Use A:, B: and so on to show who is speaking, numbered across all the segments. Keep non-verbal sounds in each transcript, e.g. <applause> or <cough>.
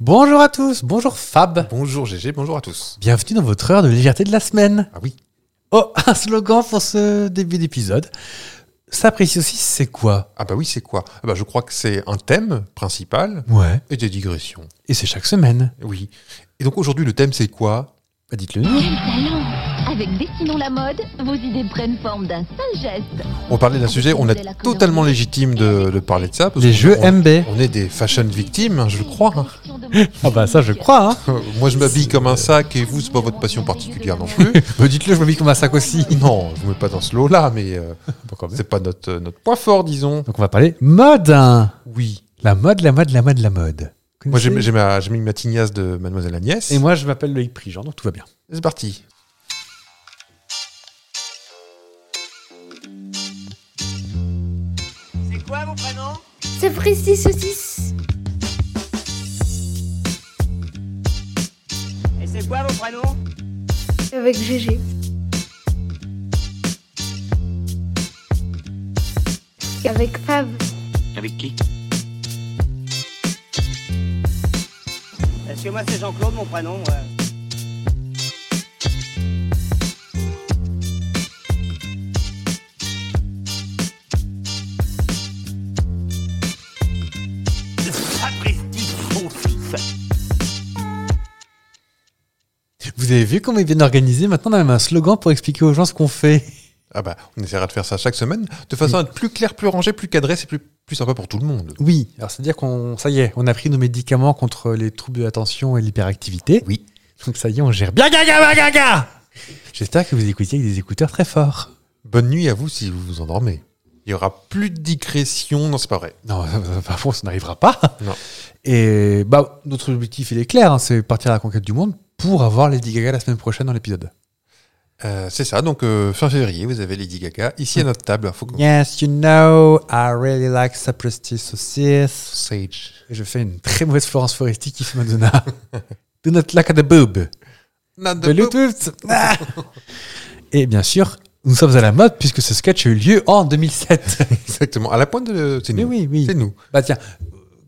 A: Bonjour à tous, bonjour Fab.
B: Bonjour GG, bonjour à tous.
A: Bienvenue dans votre heure de légèreté de la semaine.
B: Ah oui,
A: Oh, un slogan pour ce début d'épisode. S'apprécie aussi, c'est quoi
B: ah bah oui, c'est quoi ah bah Je crois que c'est un thème principal
A: Ouais.
B: et des digressions.
A: Et c'est chaque semaine.
B: Oui. Et donc aujourd'hui, le thème c'est quoi
A: Bah, dites-le nous.
C: Quel talent Avec Destinons la mode, vos idées prennent forme d'un seul geste.
B: On parlait d'un sujet, on est totalement légitime de, de parler de ça. parce
A: Les
B: qu'on-
A: jeux
B: on-
A: MB.
B: On est des fashion victimes, hein, je crois. hein. <laughs>
A: <laughs> Ah bah ça je crois. Hein.
B: Moi je m'habille comme un sac et vous, c'est pas votre passion particulière
A: <laughs>
B: non plus.
A: Bah, dites-le, je me mets comme un sac aussi.
B: <laughs> Non, je vous mets pas dans ce lot là, mais euh,
A: <laughs> Bon, quand même.
B: c'est pas notre, euh, notre point fort, disons.
A: Donc on va parler mode. hein.
B: Oui.
A: La mode, la mode, la mode, la mode.
B: Moi j'ai
A: Connaissez
B: j'ai ma, j'ai mis ma tignasse de Mademoiselle Agnès.
A: Et moi je m'appelle Loïc Prigent, donc tout va bien.
B: C'est parti.
D: C'est quoi vos prénoms
E: C'est précis saucisse.
D: Et c'est quoi vos prénoms
E: Avec GG. Avec Fab.
D: Avec qui Parce que moi c'est Jean-Claude mon prénom. ouais.
A: Vous avez vu comment ils viennent organiser Maintenant on a même un slogan pour expliquer aux gens ce qu'on fait.
B: Ah bah, on essaiera de faire ça chaque semaine, de façon à être plus clair, plus rangé, plus cadré, c'est plus, plus sympa pour tout le monde.
A: Oui, alors c'est-à-dire qu'on, ça y est, on a pris nos médicaments contre les troubles de l'attention et l'hyperactivité.
B: Oui.
A: Donc ça y est, on gère bien. Gaga, gaga, gaga J'espère que vous écoutiez avec des écouteurs très forts.
B: Bonne nuit à vous si vous vous endormez. Il y aura plus de digression, non c'est pas vrai.
A: Non, euh, par contre, ça n'arrivera pas.
B: Non.
A: Et bah, notre objectif, il est clair, hein, c'est partir à la conquête du monde pour avoir Lady Gaga la semaine prochaine dans l'épisode.
B: Euh, c'est ça, donc euh, fin février, vous avez Lady Gaga ici à notre table. Faut qu'on-
A: Yes, you know, I really like Sapristi Saucisse.
B: Sage.
A: Et je fais une très mauvaise Florence Foresti qui fait Madonna. <laughs> Do not like the boob.
B: Not the
A: De
B: Pope.
A: Bluetooth. Ah Et bien sûr, nous sommes à la mode puisque ce sketch a eu lieu en 2007.
B: Exactement, à la pointe de... C'est
A: Mais
B: nous.
A: <laughs> oui, oui.
B: C'est nous.
A: Bah tiens,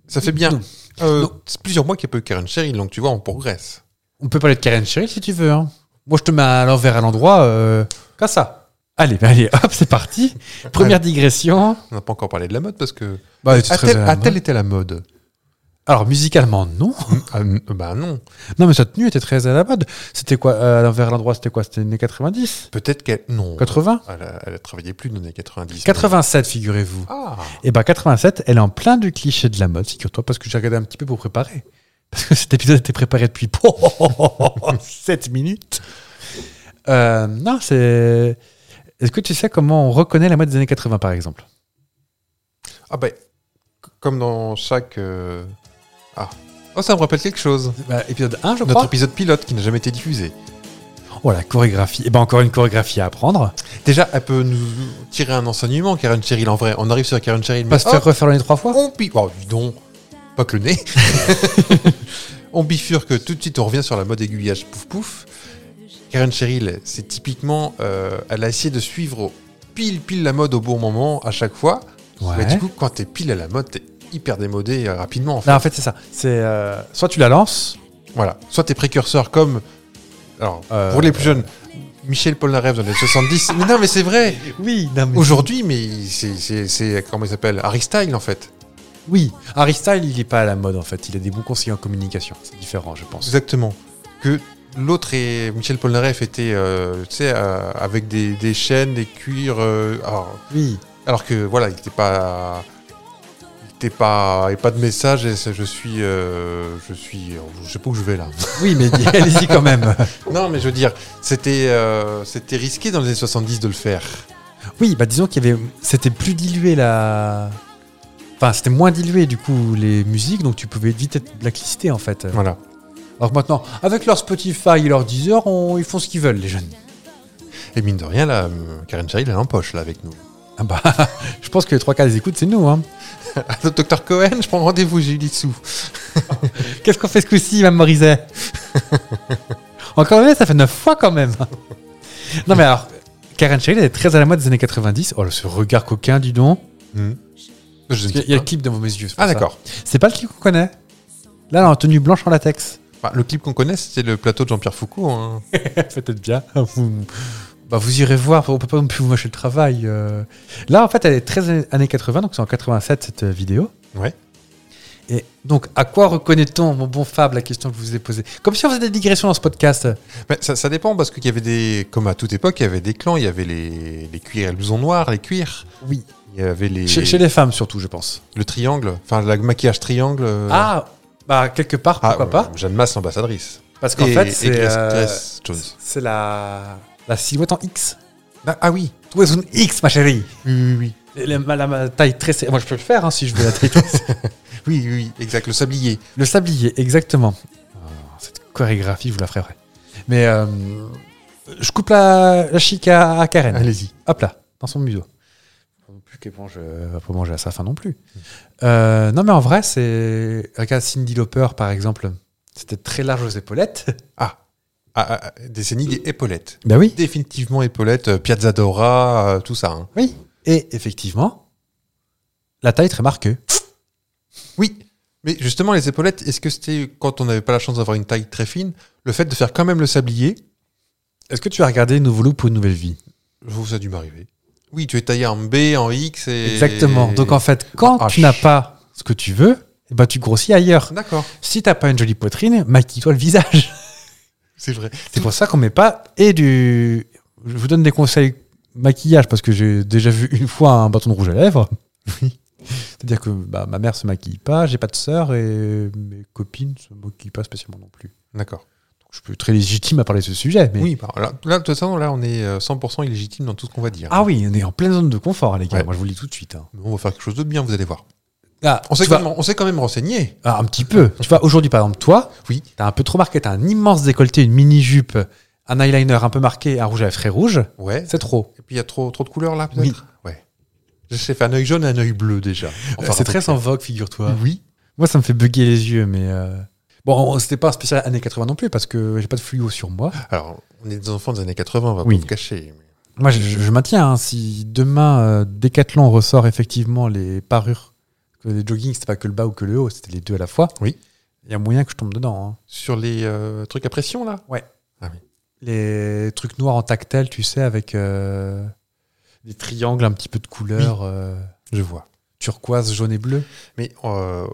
B: Ça fait bien.
A: Non.
B: Euh,
A: Non.
B: c'est plusieurs mois qu'il n'y a pas eu Karen Sherry, donc tu vois, on progresse.
A: on peut parler de Karen Sherry si tu veux. hein. Moi, je te mets à l'envers à l'endroit. Euh, comme ça. Allez, bah, allez, hop, c'est parti. Première digression.
B: On n'a pas encore parlé de la mode parce que...
A: Bah, tu te
B: A-t-elle
A: réveilles à la
B: a-t-elle
A: mode.
B: été la mode
A: Alors, musicalement, non. Euh,
B: Ah, n- Bah non.
A: Non, mais sa tenue était très à la mode. C'était quoi euh, À l'envers à l'endroit, c'était quoi C'était les années 90
B: Peut-être qu'elle... Non.
A: 80
B: Elle a, elle a travaillé plus dans les années 90.
A: 87, figurez-vous.
B: Ah
A: Et ben 87, elle est en plein du cliché de la mode, figure-toi, parce que j'ai regardé un petit peu pour préparer. Parce que cet épisode était préparé depuis <laughs> 7 minutes. Euh, non, c'est. Est-ce que tu sais comment on reconnaît la mode des années 80, par exemple
B: Ah bah, c- comme dans chaque... euh, Ah. Oh, ça me rappelle quelque chose.
A: Bah, Épisode 1, je
B: Notre épisode pilote qui n'a jamais été diffusé.
A: Oh, la chorégraphie. Et ben encore une chorégraphie à apprendre.
B: Déjà, elle peut nous tirer un enseignement, Karen Cheryl, en vrai. On arrive sur Karen Cheryl, mais
A: Pas se faire refaire l'année trois fois
B: on bifurque... Oh, dis donc. Pas que le
A: <laughs>
B: nez. on bifurque tout de suite, on revient sur la mode aiguillage pouf-pouf. Karen Cheryl, c'est typiquement... euh, elle a essayé de suivre pile pile la mode au bon moment à chaque fois.
A: Ouais.
B: Mais du coup, quand t'es pile à la mode, t'es hyper démodé euh, rapidement, en fait.
A: Non, en fait, c'est ça. C'est euh, soit tu la lances.
B: Voilà. Soit t'es précurseur comme. Alors,
A: Euh,
B: pour les plus jeunes, Michel Polnareff dans les années 70. mais non, mais c'est vrai
A: Oui, non, mais-
B: Aujourd'hui, <laughs> mais c'est- c'est. c'est- Comment il s'appelle Harry Style, en fait.
A: oui. Harry Styles, il est pas à la mode en fait. Il a des bons conseils en communication. C'est différent, je pense.
B: Exactement. Que l'autre et Michel Polnareff était, euh, tu sais, euh, avec des, des chaînes, des cuirs. euh, alors,
A: Oui.
B: alors que, voilà, il était pas. Il était pas. Et pas de message, et c'est- je suis. euh, je suis. Je sais pas où je vais là.
A: Oui, mais allez-y quand même.
B: non, mais je veux dire, c'était euh, c'était risqué dans les années 70 de le faire.
A: Oui, bah disons qu'il y avait, c'était plus dilué la, enfin c'était moins dilué du coup les musiques, donc tu pouvais vite être blacklisté en fait.
B: Voilà.
A: Alors que maintenant, avec leur Spotify et leur Deezer, on- ils font ce qu'ils veulent les jeunes.
B: Et mine de rien, là, euh, Karen Cheryl, elle est en poche, là, avec nous. <laughs>
A: Ah bah, <laughs> je pense que les trois quarts des écoutes c'est nous. Hein.
B: Le Ah, docteur Cohen, je prends rendez-vous, j'ai eu des sous.
A: Qu'est-ce qu'on fait ce coup-ci, Mme Morizet <laughs> Encore une, fois, ça fait neuf fois quand même. <laughs> Non mais alors, Karen Shelley, elle est très à la mode des années 90. Oh, ce regard coquin, dis donc.
B: Hmm. Je ne
A: Il y a-
B: sais
A: il y a le
B: pas.
A: clip devant mes yeux. c'est pour
B: Ah,
A: ça.
B: d'accord.
A: C'est pas le clip qu'on connaît. Là, elle est en tenue blanche en latex.
B: Bah, le clip qu'on connaît, c'était le plateau de Jean-Pierre Foucault. hein.
A: <laughs> Peut-être bien. Vous, bah, vous irez voir, on peut pas non plus vous mâcher le travail. euh. Là, en fait, elle est très années- années 80, donc c'est en 87 cette euh, vidéo.
B: Ouais.
A: Et donc, à quoi reconnaît-on, mon bon Fab, la question que je vous ai posée Comme si on faisait des digressions dans ce podcast.
B: Mais ça, ça dépend parce qu'il y avait des. Comme à toute époque, il y avait des clans, il y avait les, les cuirs et le blouson noir, les cuirs.
A: Oui.
B: Il y avait les,
A: Chez, chez les femmes, surtout, je pense.
B: le triangle, enfin le maquillage triangle. euh,
A: Ah, bah, quelque part,
B: ah,
A: pourquoi
B: euh,
A: pas
B: Jeanne Masse, l'ambassadrice.
A: Parce qu'en
B: Et-
A: fait,
B: et
A: c'est
B: Grace-
A: euh,
B: Grace Jones.
A: c'est la, la silhouette en X.
B: Ah, oui.
A: Tout est une X, ma chérie.
B: Oui, oui, oui.
A: Et la- la- la taille très serrée. Moi, je peux le faire hein, si je veux la taille très
B: Oui, oui, oui, exact. Le sablier.
A: Le sablier, exactement. Oh, Cette chorégraphie, je vous la ferai après. Mais euh, je coupe la, la chic à, à Karen.
B: Allez-y.
A: Hop là, dans son museau. Faut non Plus qu'elle mange, euh, va pas manger à sa faim non plus. Euh, non, mais en vrai, c'est. Regarde Cindy Lauper, par exemple. C'était très large aux épaulettes.
B: Ah. Ah, ah, ah, décennie des épaulettes.
A: Ben oui.
B: Définitivement épaulettes, euh, Piazza Dora, euh, tout ça. hein.
A: Oui. Et effectivement, la taille très marquée.
B: Oui. Mais justement, les épaulettes, est-ce que c'était quand on n'avait pas la chance d'avoir une taille très fine, le fait de faire quand même le sablier,
A: Est-ce que tu as regardé Nouveau Loop pour une nouvelle vie
B: je vous ça a dû m'arriver. Oui, tu es taillé en B, en X et.
A: Exactement. Donc en fait, quand
B: Ah,
A: tu n'as
B: ch-
A: pas ce que tu veux, eh ben, tu grossis ailleurs.
B: D'accord.
A: Si t'as pas une jolie poitrine, maquille-toi le
B: <laughs>
A: visage.
B: C'est vrai.
A: C'est pour ça qu'on met pas et du. Je vous donne des conseils maquillage parce que j'ai déjà vu une fois un bâton de rouge à
B: <laughs>
A: lèvres. C'est-à-dire que bah, ma mère se maquille pas, j'ai pas de sœur et mes copines se maquillent pas spécialement non plus.
B: D'accord.
A: Donc, je suis très légitime à parler de ce sujet. Mais...
B: Oui, bah, là, là, de toute façon, là, on est euh, 100% illégitime dans tout ce qu'on va dire.
A: Ah oui, on est en pleine zone de confort, les gars.
B: Ouais.
A: Moi, je vous le dis tout de suite. hein.
B: Mais On va faire quelque chose de bien, vous allez voir.
A: Ah,
B: On s'est
A: tu vas-
B: quand, même- on s'est quand même renseigné.
A: Ah, un petit peu. tu vois, aujourd'hui, par exemple, toi,
B: Oui.
A: t'as un peu trop marqué. T'as un immense décolleté, une mini-jupe, un eyeliner un peu marqué, un rouge à frais rouge.
B: Ouais.
A: C'est trop.
B: Et puis il y a trop, trop de couleurs là, peut-être
A: Oui.
B: Ouais. Je sais faire un œil jaune et un œil bleu déjà.
A: Euh, c'est très sans
B: simple.
A: vogue, figure-toi. Oui. Moi, ça me fait bugger les yeux, mais. euh, Bon, on- c'était pas un spécial années 80 non plus, parce que j'ai pas de fluo sur moi.
B: Alors, on est des enfants des années 80, on va
A: Oui.
B: pas vous cacher.
A: Moi, je, je- je maintiens. hein, si demain, euh, Decathlon ressort effectivement les parures, que les joggings, c'était pas que le bas ou que le haut, c'était les deux à la fois.
B: Oui.
A: Il y a moyen que je tombe dedans. hein.
B: Sur les euh, trucs à pression là
A: Les trucs noirs en tactile, tu sais, avec euh, des triangles un petit peu de couleur euh,
B: Je vois.
A: turquoise, jaune et bleu.
B: Mais euh,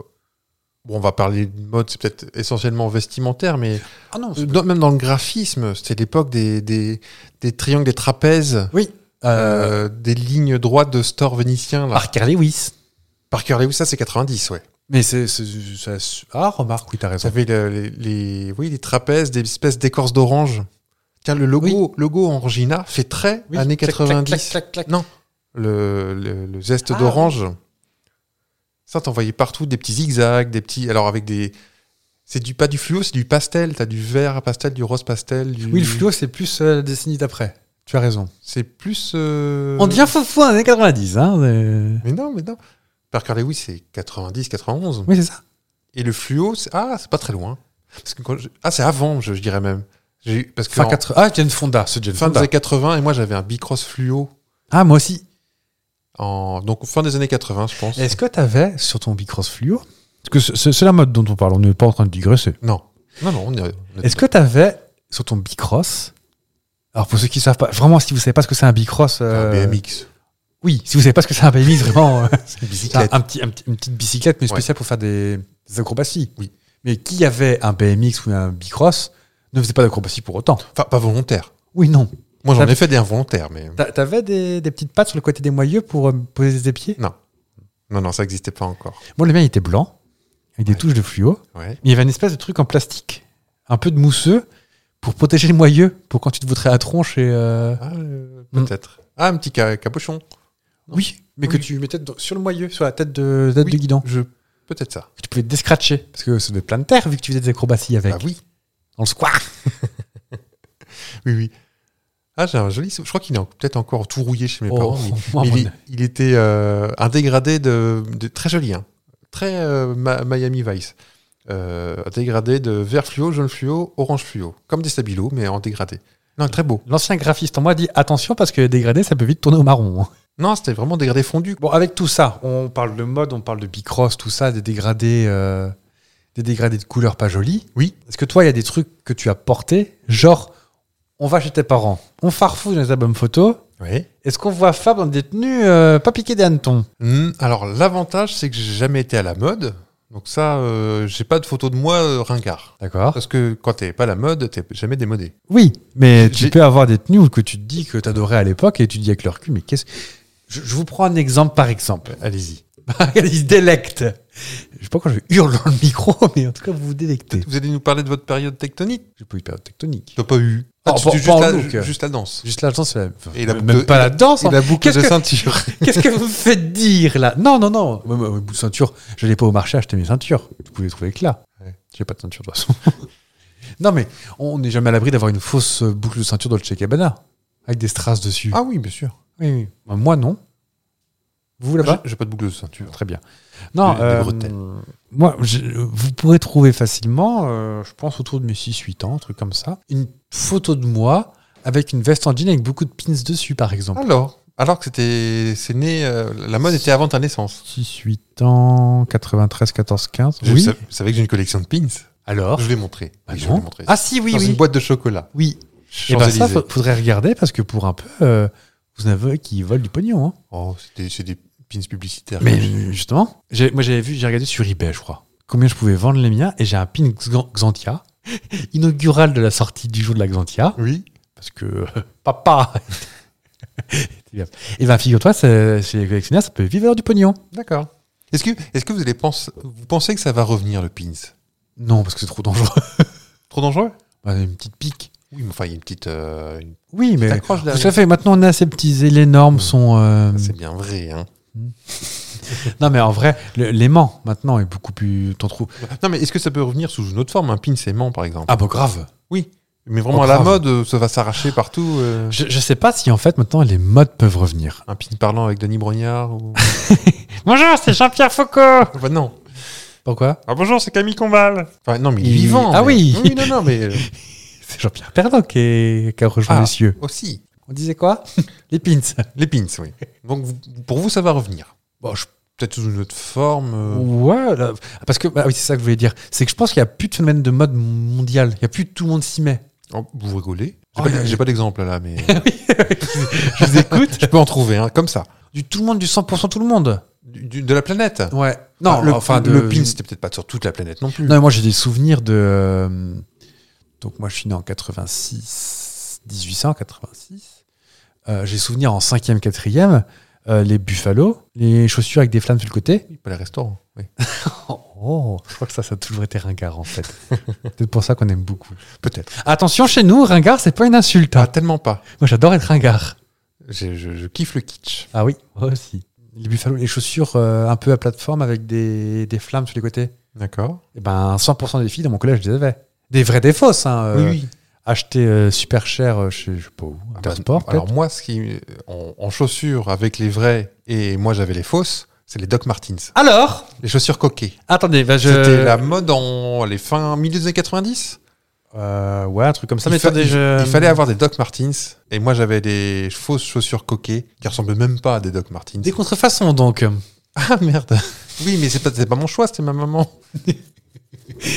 B: bon, on va parler de mode, c'est peut-être essentiellement vestimentaire, mais
A: Ah non,
B: euh, dans- même dans le graphisme, c'était l'époque des, des, des triangles, des trapèzes,
A: Oui. Euh,
B: euh, des lignes droites de store vénitien. Là.
A: Parker Lewis.
B: Parker Lewis, ça c'est 90, ouais.
A: Mais c'est. c'est- ça- Ah, remarque, oui, t'as
B: Vous
A: raison.
B: avez le- les, les- oui, les trapèzes, des espèces d'écorce d'orange. Tiens, le logo, logo en Regina fait très
A: Oui,
B: années
A: clac,
B: 90.
A: clac, clac, clac, clac.
B: Non, le, le, le zeste
A: Ah,
B: d'orange. Ça, t'en voyais partout, des petits zigzags, des petits. Alors, avec des. C'est du, pas du fluo, c'est du pastel. T'as du vert pastel, du rose pastel. Du...
A: Oui, le fluo, c'est plus euh, la décennie d'après. Tu as raison.
B: C'est plus. euh,
A: On devient faux fou en années 90. Hein, euh.
B: Mais non, mais non. Parker Lewis, c'est 90, 91.
A: Oui, c'est ça.
B: Et le fluo, c'est... ah, c'est pas très loin. Parce que quand je- Ah, c'est avant, je, je dirais même. J'ai eu- Parce que
A: Fin
B: en-
A: 80 Ah, Jane Fonda, c'est Jane
B: fin des
A: Fonda.
B: années 80 et moi j'avais un bicross fluo
A: Ah, moi aussi.
B: en donc fin des années 80 je pense.
A: Est-ce que t'avais sur ton Bicross Fluo Parce que c'est- c'est c'est la mode dont on parle, on n'est pas en train de digresser.
B: Non. Non non, on est- on est-
A: Est-ce que t'avais sur ton Bicross. Alors, pour ceux qui savent pas, vraiment, si vous savez pas ce que c'est un Bicross.
B: c'est
A: euh,
B: un BMX.
A: Oui, si vous savez pas ce que c'est un BMX, vraiment. euh,
B: C'est une
A: un,
B: bicyclette.
A: un petit, un petit- une petite bicyclette, mais
B: Ouais.
A: spéciale pour faire des, des acrobaties.
B: Oui.
A: Mais qui avait un BMX ou un Bicross ne faisait pas d'acrobatie pour autant.
B: Enfin pas volontaire.
A: Oui, non.
B: Moi j'en
A: Ça-
B: ai fait des involontaires mais
A: T'a- T'avais des, des petites pattes sur le côté des moyeux pour euh, poser des pieds
B: non non, ça existait pas encore.
A: Moi, le mien, il était blanc, avec des
B: Ouais.
A: touches de fluo.
B: Ouais.
A: Mais il y avait une espèce de truc en plastique, un peu de mousseux, pour protéger les moyeux, pour quand tu te vautrais la tronche et. euh,
B: Ah, euh, peut-être. Ah un petit ca- capuchon. Non.
A: Oui, mais que
B: Oui.
A: tu mettais dans- sur le moyeu, sur la tête de, tête
B: Oui,
A: de guidon.
B: Je peut-être ça.
A: Que tu pouvais te descratcher, parce que c'était plein de terre vu que tu faisais des acrobaties avec.
B: Ah oui.
A: Dans le square.
B: Oui oui. Ah, j'ai un joli. sou- Je crois qu'il est en- peut-être encore tout rouillé chez mes
A: Oh, <laughs>
B: parents. mais-
A: moi,
B: Mais
A: mon-
B: il, il était euh, un dégradé de, de- très joli, hein. très euh, Ma- Miami Vice. Euh, un dégradé de vert fluo, jaune fluo, orange fluo, comme des stabilos, mais en dégradé. Non, très beau.
A: L'ancien graphiste en moi dit attention parce que dégradé, ça peut vite tourner au marron. hein.
B: Non, c'était vraiment dégradé fondu.
A: Bon, avec tout ça, on parle de mode, on parle de bicross, tout ça, des dégradés. euh, des dégradés de couleurs pas jolis.
B: Oui.
A: Est-ce que toi, il y a des trucs que tu as portés Genre, on va chez tes parents, on farfouille dans les albums photos.
B: Oui.
A: Est-ce qu'on voit Fab dans des tenues euh, pas piquées des hannetons
B: Hmm, alors, l'avantage, c'est que j'ai jamais été à la mode. Donc, ça, euh, j'ai pas de photo de moi euh, ringard.
A: D'accord.
B: Parce que quand t'es pas à la mode, t'es jamais démodé.
A: Oui, mais tu
B: J'ai-
A: peux avoir des tenues que tu te dis que t'adorais à l'époque et tu te dis avec leur cul, mais qu'est-ce. Je, je vous prends un exemple par exemple. <laughs>
B: Allez-y.
A: Ils se délectent. Je sais pas quand je hurle dans le micro, <laughs> mais en tout cas, vous vous délectez.
B: Vous allez nous parler de votre période tectonique
A: J'ai pas eu de période tectonique.
B: T'as pas eu Ah,
A: Oh,
B: tu-
A: pas-
B: tu-
A: pas en
B: juste, la,
A: look.
B: ju- juste la danse.
A: Juste la danse, c'est la- enfin,
B: Et la
A: même
B: boucle-
A: pas la danse.
B: Et
A: hein.
B: la boucle
A: Qu'est-ce
B: de
A: que-
B: ceinture.
A: Qu'est-ce que vous me faites dire là Non, non, non. Moi, moi, Au bout de ceinture, j'allais pas au marché acheter mes ceintures. Vous pouvez les trouver que là.
B: Ouais.
A: J'ai pas de ceinture de toute façon. <laughs> non, mais on n'est jamais à l'abri d'avoir une fausse euh, boucle de ceinture dans le Cabana avec des strass dessus.
B: ah oui, bien sûr.
A: oui, oui. Bah, moi, non. Vous
B: <laughs> J'ai
A: là-bas
B: j'ai pas de boucle de ceinture.
A: Très bien. Non,
B: Des- des
A: euh,
B: bretelles.
A: moi, je- vous pourrez trouver facilement, euh, je pense autour de mes 6-8 ans, un truc comme ça, une photo de moi avec une veste en jean avec beaucoup de pins dessus, par exemple.
B: Alors, alors que c'était, c'est né, euh, la mode était avant ta naissance.
A: 6, 8 ans, 93, 14, 15.
B: Je sa- Vous savez que j'ai une collection de pins.
A: Alors
B: Je l'ai montré.
A: Bah
B: Oui, je
A: non.
B: l'ai montré.
A: Ah si, oui,
B: Dans
A: oui.
B: une boîte de chocolat.
A: Oui. Et ben
B: Champs-Élysées.
A: ça, fa- faudrait regarder parce que pour un peu, euh, vous en avez qui volent du pognon. hein.
B: Oh, c'était- c'est des pins publicitaires.
A: Mais justement, j'ai- moi j'avais vu, j'ai regardé sur eBay, je crois, combien je pouvais vendre les miens et j'ai un pin Xan- Xantia, <laughs> inaugural de la sortie du jour de la Xantia,
B: Oui.
A: parce que <laughs> euh, papa. C'est bien. et ben figure-toi, c'est- chez les collectionneurs, ça peut vivre du pognon.
B: D'accord. Est-ce que, est-ce que vous, allez penser, vous pensez que ça va revenir le pins
A: Non, parce que c'est trop dangereux.
B: Trop dangereux
A: Ouais, Une petite pique.
B: Oui, mais enfin, il y a une petite, euh, une
A: Oui, mais
B: petite accroche
A: Tout à
B: derrière.
A: fait. Maintenant, on a aseptisé. Les normes
B: Mm.
A: sont. euh,
B: C'est bien vrai. Hein.
A: Non, mais en vrai, le- l'aimant, maintenant, est beaucoup plus. T'en trouves.
B: Non, mais est-ce que ça peut revenir sous une autre forme Un pins aimant, par exemple
A: Ah, bah, grave.
B: Mais vraiment
A: oh,
B: à la
A: grave.
B: mode, euh, ça va s'arracher partout. euh,
A: Je, je sais pas si, en fait, maintenant, les modes peuvent revenir.
B: Un pin parlant avec Denis Brognard <laughs> ou...
A: Bonjour, c'est Jean-Pierre Foucault
B: Ah bah non.
A: Pourquoi
B: Ah bonjour, c'est Camille Combal. Enfin, non, mais il est
A: Il-
B: vivant.
A: Ah
B: mais-
A: oui.
B: Oui, non, non, mais euh,
A: C'est Jean-Pierre Perdant qui, est- qui a rejoint
B: Ah.
A: les cieux.
B: aussi.
A: On disait quoi <laughs> Les pins.
B: Les pins, oui. Donc, vous- pour vous, ça va revenir. Bah,
A: Bon, je-
B: Peut-être sous une autre forme. euh,
A: Ouais, là- parce que bah oui, c'est ça que je voulais dire. C'est que je pense qu'il n'y a plus de phénomène de mode mondial. Il n'y a plus tout le monde s'y met.
B: oh, vous rigolez J'ai
A: Oh,
B: pas-
A: il y a-
B: J'ai pas d'exemple là, mais
A: Je vous <laughs> écoute.
B: je peux en trouver, hein, comme ça.
A: du tout le monde, du 100% tout le monde.
B: Du- du- de la planète.
A: Ouais. Non,
B: Enfin, le,
A: enfin, de-
B: le pin, c'était peut-être pas sur toute la planète non plus.
A: Non, mais moi j'ai des souvenirs de. euh, donc moi je suis né en 86, 1886. Euh, j'ai souvenir en 5e, 4e, euh, les buffalo, les chaussures avec des flammes sur le côté.
B: Pas les restaurants. oui.
A: Oh, je crois que ça, ça a toujours été ringard en fait. <laughs> Peut-être pour ça qu'on aime beaucoup.
B: Peut-être.
A: Attention, chez nous, ringard, c'est pas une insulte.
B: Ah, tellement pas.
A: Moi j'adore être ringard.
B: J'ai- Je, je kiffe le kitsch.
A: Ah oui, moi aussi. Les buffalo, les chaussures euh, un peu à plateforme avec des, des flammes sur les côtés.
B: D'accord.
A: Eh ben, 100% des filles dans mon collège les avaient. Des vraies, des fausses. Hein, euh,
B: oui.
A: acheté euh, super cher euh, chez, je sais pas où, Intersport,
B: Bah, alors
A: peut-être.
B: moi, ce qui en, en chaussures avec les vrais et moi j'avais les fausses, c'est les Doc Martens,
A: Alors,
B: les chaussures coquées.
A: Attendez, bah, je...
B: C'était la mode en les fins milieu des années 90.
A: Euh, ouais, un truc comme ça,
B: Il
A: mais
B: fa-
A: attendez, je...
B: Il fallait avoir des Doc Martens et moi j'avais des fausses chaussures coquées qui ressemblaient même pas à des Doc Martens.
A: Des contrefaçons, <laughs> donc.
B: Ah merde. Oui, mais c'est pas c'est pas mon choix, c'était ma maman.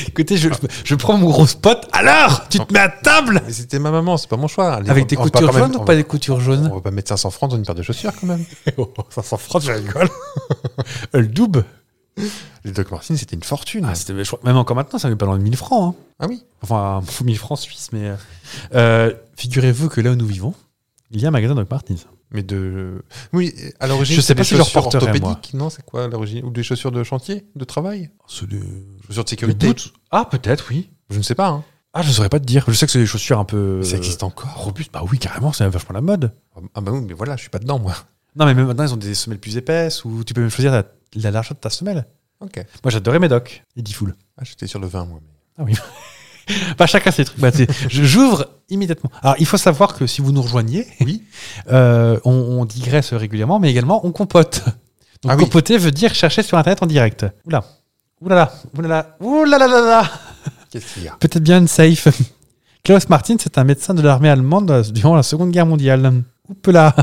A: Écoutez, je, je prends mon gros spot. Alors, tu te mets à table
B: Mais c'était ma maman, c'est pas mon choix. Les-
A: Avec des
B: on va pas quand
A: coutures
B: même-
A: jaunes
B: on
A: ou
B: va-
A: pas des coutures
B: On
A: jaunes
B: va pas mettre 500 francs dans une paire de chaussures quand même.
A: Oh, 500 francs, je <laughs> rigole. Le double.
B: Les Doc Martens, c'était une fortune. hein.
A: Ah, c'était- je crois- même encore maintenant, ça fait pas loin de 1000 francs. hein.
B: Ah oui.
A: Enfin, <laughs> 1000 francs suisses, mais... euh, euh, Figurez-vous que là où nous vivons, il y a un magasin Doc Martens.
B: Mais de. Oui, à l'origine,
A: Je sais
B: c'est
A: pas
B: des
A: si je leur
B: chaussures
A: porterais, moi. Oh,
B: orthopédiques, non C'est quoi à l'origine Ou des chaussures de chantier, de travail Chaussures de
A: Des
B: sécurité
A: boots Ah, peut-être, oui.
B: Je ne sais pas. Hein.
A: Ah, je saurais pas te dire. Je sais que c'est des chaussures un peu.
B: Ça existe
A: encore Robustes. Bah oui, carrément, c'est vachement la mode.
B: Ah bah oui, mais voilà, je suis pas dedans, moi. <laughs>
A: Non, mais même maintenant, ils ont des semelles plus épaisses ou tu peux même choisir la, la largeur de ta semelle.
B: Ok.
A: Moi, j'adorais mes docs et
B: <laughs>
A: Diffoul.
B: Ah, j'étais sur le vin, moi.
A: Bah, chacun ses trucs. Bah, tu sais, je- J'ouvre immédiatement. Alors, il faut savoir que si vous nous rejoignez,
B: Oui.
A: <laughs> euh, on, on digresse régulièrement, mais également, on compote. Donc,
B: Ah oui.
A: compoter veut dire chercher sur Internet en direct. Oula. Oulala. Oulala. Oulala.
B: Qu'est-ce qu'il y a
A: Peut-être bien une safe. <laughs> Klaus Martin, c'est un médecin de l'armée allemande durant la Seconde Guerre mondiale. Oupla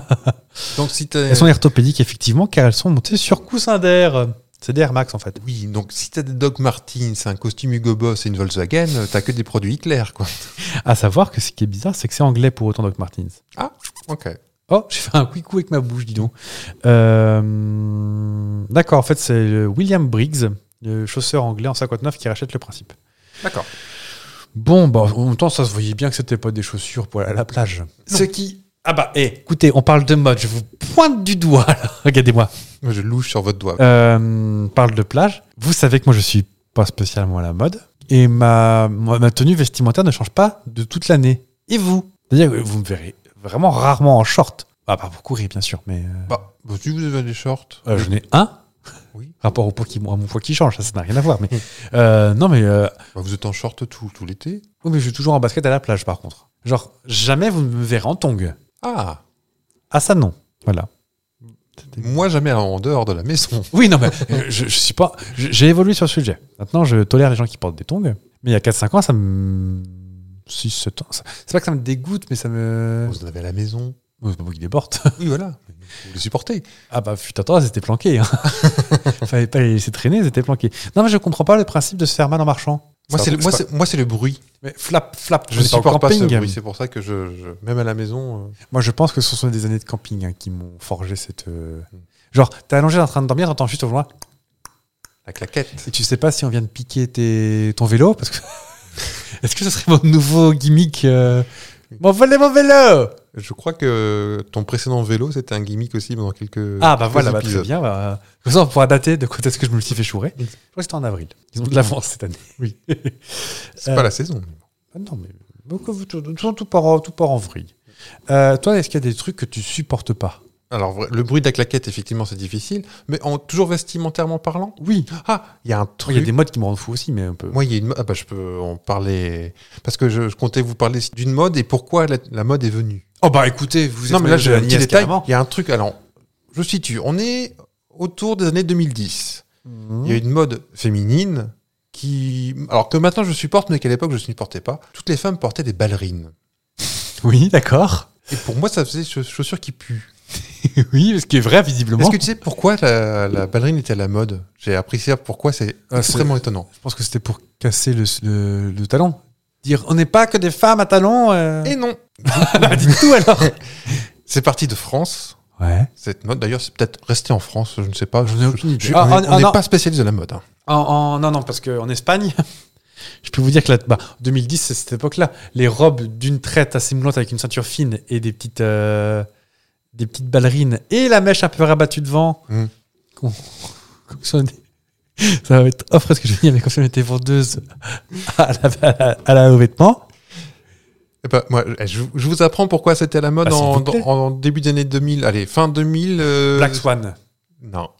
B: Donc si t'es.
A: er- Elles sont orthopédiques, effectivement, car elles sont montées sur coussin d'air.
F: C'est des Air Max en fait.
B: Oui, donc si t'as des Doc Martens, un costume Hugo Boss et une Volkswagen, euh, t'as que des produits Hitler, quoi. <laughs>
A: À savoir que ce qui est bizarre, c'est que c'est anglais pour autant Doc Martens.
B: Ok.
A: Oh, j'ai fait un quick coup avec ma bouche, dis donc. Euh, D'accord, en fait, c'est euh, William Briggs, le chausseur anglais en 59, qui rachète le principe.
B: D'accord.
A: Bon, bah, en même temps, ça se voyait bien que c'était pas des chaussures pour aller à la plage. Ce qui. Ah bah, eh, écoutez, on parle de mode, je vous pointe du doigt, là. <laughs> Regardez-moi.
B: Moi, Je louche sur votre doigt.
A: Euh, parle de plage. Vous savez que moi, je suis pas spécialement à la mode. Et ma, moi, ma tenue vestimentaire ne change pas de toute l'année. Et vous C'est-à-dire que vous me verrez vraiment rarement en short. Ah, pas pour courir, bien sûr, mais. euh,
B: Bah, bah, si vous avez des shorts.
A: euh, je n'ai un.
B: Oui.
A: Rapport au poids qui, à mon poids qui change, ça, ça n'a rien à voir. Mais, <laughs> euh, non, mais euh,
B: Bah, vous êtes en short tout, tout l'été.
A: oui, mais je suis toujours en basket à la plage, par contre. Genre, jamais vous ne me verrez en tongue.
B: Ah,
A: Ah, ça, non. Voilà.
B: moi jamais en dehors de la maison.
A: Oui, non, mais euh, je, je suis pas. je- J'ai évolué sur le sujet. Maintenant, je tolère les gens qui portent des tongs. Mais il y a 4-5 ans, ça me. 6-7 ans. ça- C'est pas que ça me dégoûte, mais ça me. Oh,
B: Vous en avez à la maison.
A: C'est pas moi qui les porte. <laughs>
B: Oui, voilà. Vous les supportez.
A: Ah bah, putain, toi, c'était planqué. Hein. <laughs> Fallait pas les laisser traîner, c'était planqué. Non, mais je comprends pas le principe de se faire mal en marchant.
B: Moi, c'est le,
A: pas-
B: moi, c'est- moi, c'est le bruit.
A: Mais flap, flap,
B: Je ne
A: suis
B: supporte pas ce bruit. C'est pour ça que je, je- même à la maison. euh,
A: Moi, je pense que ce sont des années de camping hein, qui m'ont forgé cette. euh, Genre, t'es allongé en train de dormir, t'entends juste au loin,
B: La claquette.
A: et tu sais pas si on vient de piquer tes- ton vélo, parce que. <laughs> Est-ce que ce serait mon nouveau gimmick euh, Mon volet, mon
B: Euh,
A: vélo
B: Je crois que ton précédent vélo, c'était un gimmick aussi pendant quelques.
A: Ah, bah
B: quelques
A: voilà, bah, très
B: épisodes.
A: bien. bah, comme ça, on pourra dater de quand est-ce que je me suis fait chourer. Je crois que c'était en avril. Ils ont de l'avance cette
B: <laughs>
A: année. Oui.
B: C'est
A: Euh,
B: pas la saison.
A: Ah non, mais. mais que vous- Tout, tout part en, tout part en vrille. Euh, toi, est-ce qu'il y a des trucs que tu supportes pas
B: Alors, vra- le bruit de la claquette, effectivement, c'est difficile. Mais en, toujours vestimentairement parlant,
A: Oui.
B: ah, il y a
A: Il
B: un
A: y
B: truc.
A: a des modes qui me rendent fou aussi, mais un peu.
B: Moi, il y a une. mo- Ah, bah, je peux en parler. Parce que je, je comptais vous parler d'une mode et pourquoi la, la mode est venue.
A: Oh bah écoutez, vous
B: non, mais là,
A: êtes
B: j'ai un petit
A: Agnès,
B: détail.
A: carrément.
B: Il y a un truc. Alors, je situe. On est autour des années 2010.
A: Hmm.
B: Il
A: Mmh.
B: y a une mode féminine qui. Alors que maintenant je supporte, mais qu'à l'époque je ne supportais pas. Toutes les femmes portaient des ballerines.
A: Oui, d'accord. <laughs>
B: Et pour moi, ça faisait cha- chaussures qui puent.
A: oui, ce qui est vrai, visiblement.
B: Est-ce que tu sais pourquoi la, la ballerine était à la mode J'ai apprécié pourquoi, c'est
A: Ah, c'est-
B: extrêmement étonnant.
A: Je pense que c'était pour casser le, le- le talon. Dire, on n'est pas que des femmes à talons. euh.
B: Et non
A: Bah, dites tout alors.
B: <laughs> C'est parti de France.
A: Ouais.
B: Cette mode, d'ailleurs, c'est peut-être resté en France, je ne sais pas. Je,
A: ai aucune idée.
B: je-
A: Ah,
B: on
A: ah,
B: n'est
A: ah, non.
B: pas spécialiste de la mode. hein.
A: En, en- non, non, parce qu'en Espagne, <laughs> je peux vous dire que là, bah, 2010, c'est cette époque-là. Les robes d'une traite assez moulantes avec une ceinture fine et des petites, euh, des petites ballerines et la mèche un peu rabattue devant.
B: Mm.
A: Con- <laughs> Comme ça, on est- <laughs> ça va être offre ce que je dis, mais comme si on était vendeuse <laughs> à la, à la- à la- aux vêtements.
B: Eh ben, moi, je, je vous apprends pourquoi c'était à la mode
A: Bah, s'il
B: en,
A: vous plaît.
B: en début d'année 2000. Allez, fin 2000. euh,
A: Black Swan.
B: Non.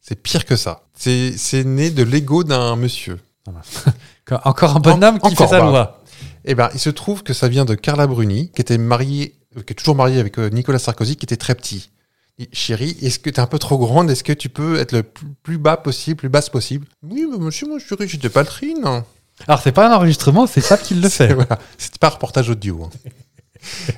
B: C'est pire que ça. C'est c'est né de l'ego d'un monsieur.
A: Encore- Encore un bonhomme
B: En-
A: qui fait
B: encore,
A: sa
B: bah.
A: loi.
B: Eh ben, il se trouve que ça vient de Carla Bruni, qui était mariée, euh, qui est toujours mariée avec euh, Nicolas Sarkozy, qui était très petit. Et, Chérie, est-ce que t'es un peu trop grande Est-ce que tu peux être le plus, plus bas possible, plus basse possible Oui, mais monsieur, moi, je suis riche, j'étais pas trine. hein.
A: Alors, c'est pas un enregistrement, c'est Fab qui le fait.
B: voilà, <laughs> c'est pas un reportage audio.
A: <laughs>
B: hein.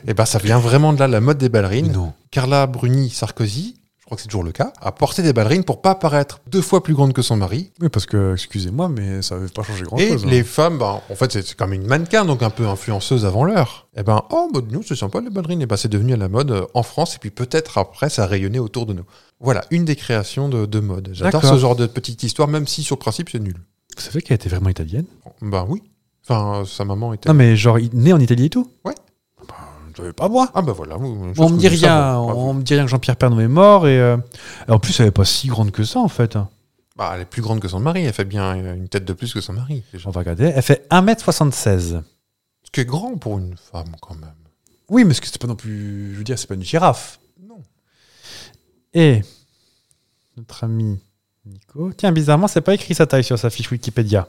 B: Eh ben, ça vient vraiment de là, la mode des ballerines.
A: Non.
B: Carla Bruni Sarkozy, je crois que c'est toujours le cas, a porté des ballerines pour pas paraître deux fois plus grande que son mari.
A: Oui, parce que, excusez-moi, mais ça veut pas changer
B: Et
A: grand-chose. hein.
B: les femmes, ben, en fait, c'est c'est comme une mannequin, donc un peu influenceuse avant l'heure. Eh ben, oh, bah, nous, c'est sympa les ballerines. Et ben, c'est devenu à la mode euh, en France, et puis peut-être après, ça a rayonné autour de nous. Voilà, une des créations de, de mode. J'adore
A: D'accord.
B: ce genre de petite histoire, même si sur le principe, c'est nul.
A: Vous savez qu'elle était vraiment italienne
B: Ben oui. Enfin, euh, sa maman était.
A: Non, mais genre, il- né en Italie et tout
B: Ouais.
A: Bah, je savais pas moi.
B: Ah, ben voilà. vous- chose
A: On
B: que
A: me dit
B: nous
A: rien,
B: savons. Ah, vous-
A: on me dit rien que Jean-Pierre Pernaut est mort et euh, et en plus elle est pas si grande que ça en fait. hein.
B: Bah, elle est plus grande que son mari, elle fait bien euh, une tête de plus que son mari. déjà.
A: On va regarder, elle fait 1m76.
B: Ce qui est grand pour une femme, quand même.
A: Oui, mais ce que c'est pas non plus, je veux dire, c'est pas une girafe.
B: Non.
A: Et notre ami Nico, tiens bizarrement, c'est pas écrit sa taille sur sa fiche Wikipédia.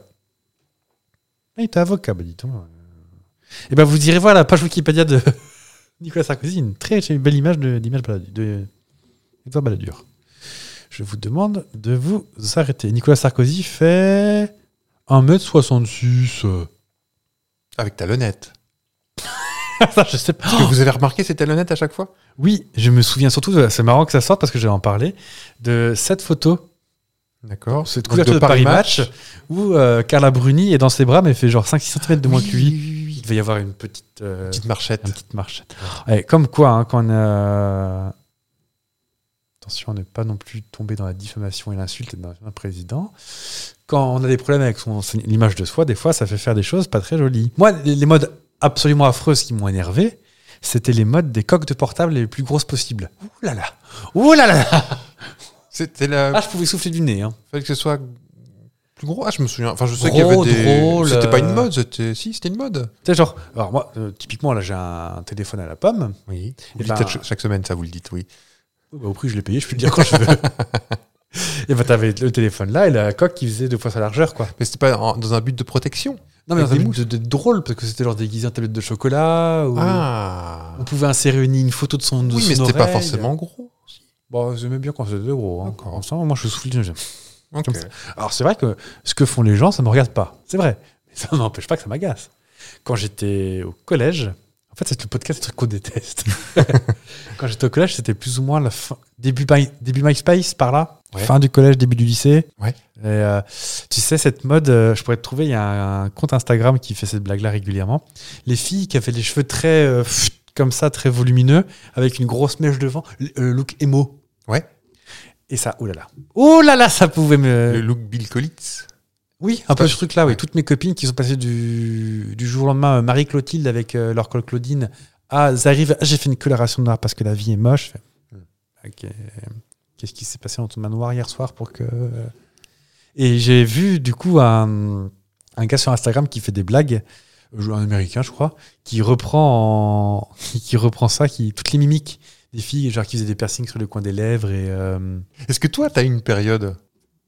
A: Ah, il était avocat, bah dis donc. Et ben vous irez voir la page Wikipédia de <laughs> Nicolas Sarkozy, une très belle image de d'image Balladur- de Edouard Balladur. Je vous demande de vous arrêter. Nicolas Sarkozy fait 1m66. euh.
B: Avec talonnette.
A: <laughs> Ça, je sais pas.
B: Est-ce que vous avez remarqué ces talonnettes à chaque fois
A: Oui, je me souviens surtout, de- c'est marrant que ça sorte parce que j'allais en parler, de cette photo
B: D'accord.
A: Cette
B: Donc,
A: couverture de Paris Match, où euh, Carla Bruni est dans ses bras, mais fait genre 5-6 cm de moins que lui. Il va y avoir une petite, euh,
B: Petite marchette.
A: une petite marche. Ouais, comme quoi, hein, quand on a- Attention à ne pas non plus tomber dans la diffamation et l'insulte d'un président. Quand on a des problèmes avec son, son image de soi, des fois, ça fait faire des choses pas très jolies. Moi, les les modes absolument affreuses qui m'ont énervé, c'était les modes des coques de portable les plus grosses possibles. Ouh là là Ouh là là là
B: C'était la.
A: Ah, je pouvais souffler du nez. Hein.
B: fallait que ce soit plus gros. Ah, je me souviens. Enfin, je sais qu'il y avait
A: Gros,
B: des.
A: drôle,
B: C'était pas une
A: euh.
B: mode. C'était. Si, c'était une mode.
A: Tu sais, genre, alors moi, euh, typiquement, là, j'ai un téléphone à la pomme.
B: Oui.
A: Eh ben-
B: chaque semaine, ça vous le dites. Oui.
A: Oh, bah, au prix, je l'ai payé, je peux le dire quand je veux. <laughs> et bah, t'avais le téléphone là et la coque qui faisait deux fois sa largeur, quoi.
B: Mais c'était pas en- dans un but de protection.
A: Non, mais
B: Avec
A: dans un
B: des
A: but de, de drôle, parce que c'était genre déguisé en tablette de chocolat. Ou
B: Ah.
A: On pouvait insérer une, une photo de son. de
B: Oui,
A: son
B: mais c'était pas
A: oreille.
B: forcément gros.
A: Bon, j'aimais bien quand c'était gros. Hein.
B: D'accord.
A: Comme ça, moi, je souffle du nez.
B: Ok.
A: Comme ça. Alors, c'est vrai que ce que font les gens, ça me regarde pas. C'est vrai. Mais ça <laughs> n'empêche pas que ça m'agace. Quand j'étais au collège, en fait, c'est le podcast, le truc qu'on
B: <laughs>
A: déteste. Quand j'étais au collège, c'était plus ou moins la fin, début, My- début MySpace, par là.
B: Ouais.
A: Fin du collège, début du lycée.
B: Ouais.
A: Et, euh, tu sais, cette mode, euh, je pourrais te trouver, il y a un, un compte Instagram qui fait cette blague-là régulièrement. Les filles qui avaient les cheveux très, euh, pfft, comme ça, très volumineux, avec une grosse mèche devant, le euh, look emo.
B: Ouais.
A: Et ça, oh là là. Oh là là, ça pouvait me...
B: Le look Bill Collins.
A: Oui, un peu
B: pas-
A: ce truc-là, oui.
B: ouais.
A: Toutes mes copines qui sont passées du, du jour au lendemain, euh, Marie-Clotilde avec euh, leur col Claudine, à Zarive, ah, j'ai fait une coloration noire parce que la vie est moche. Je fais, hmm, Ok. Qu'est-ce qui s'est passé dans ton manoir hier soir pour que. euh, Et j'ai vu, du coup, un, un gars sur Instagram qui fait des blagues, euh, un américain, je crois, qui reprend, en- <laughs> qui, qui reprend ça, qui toutes les mimiques des filles, genre qui faisaient des piercings sur le coin des lèvres et. euh,
B: Est-ce que toi, t'as une période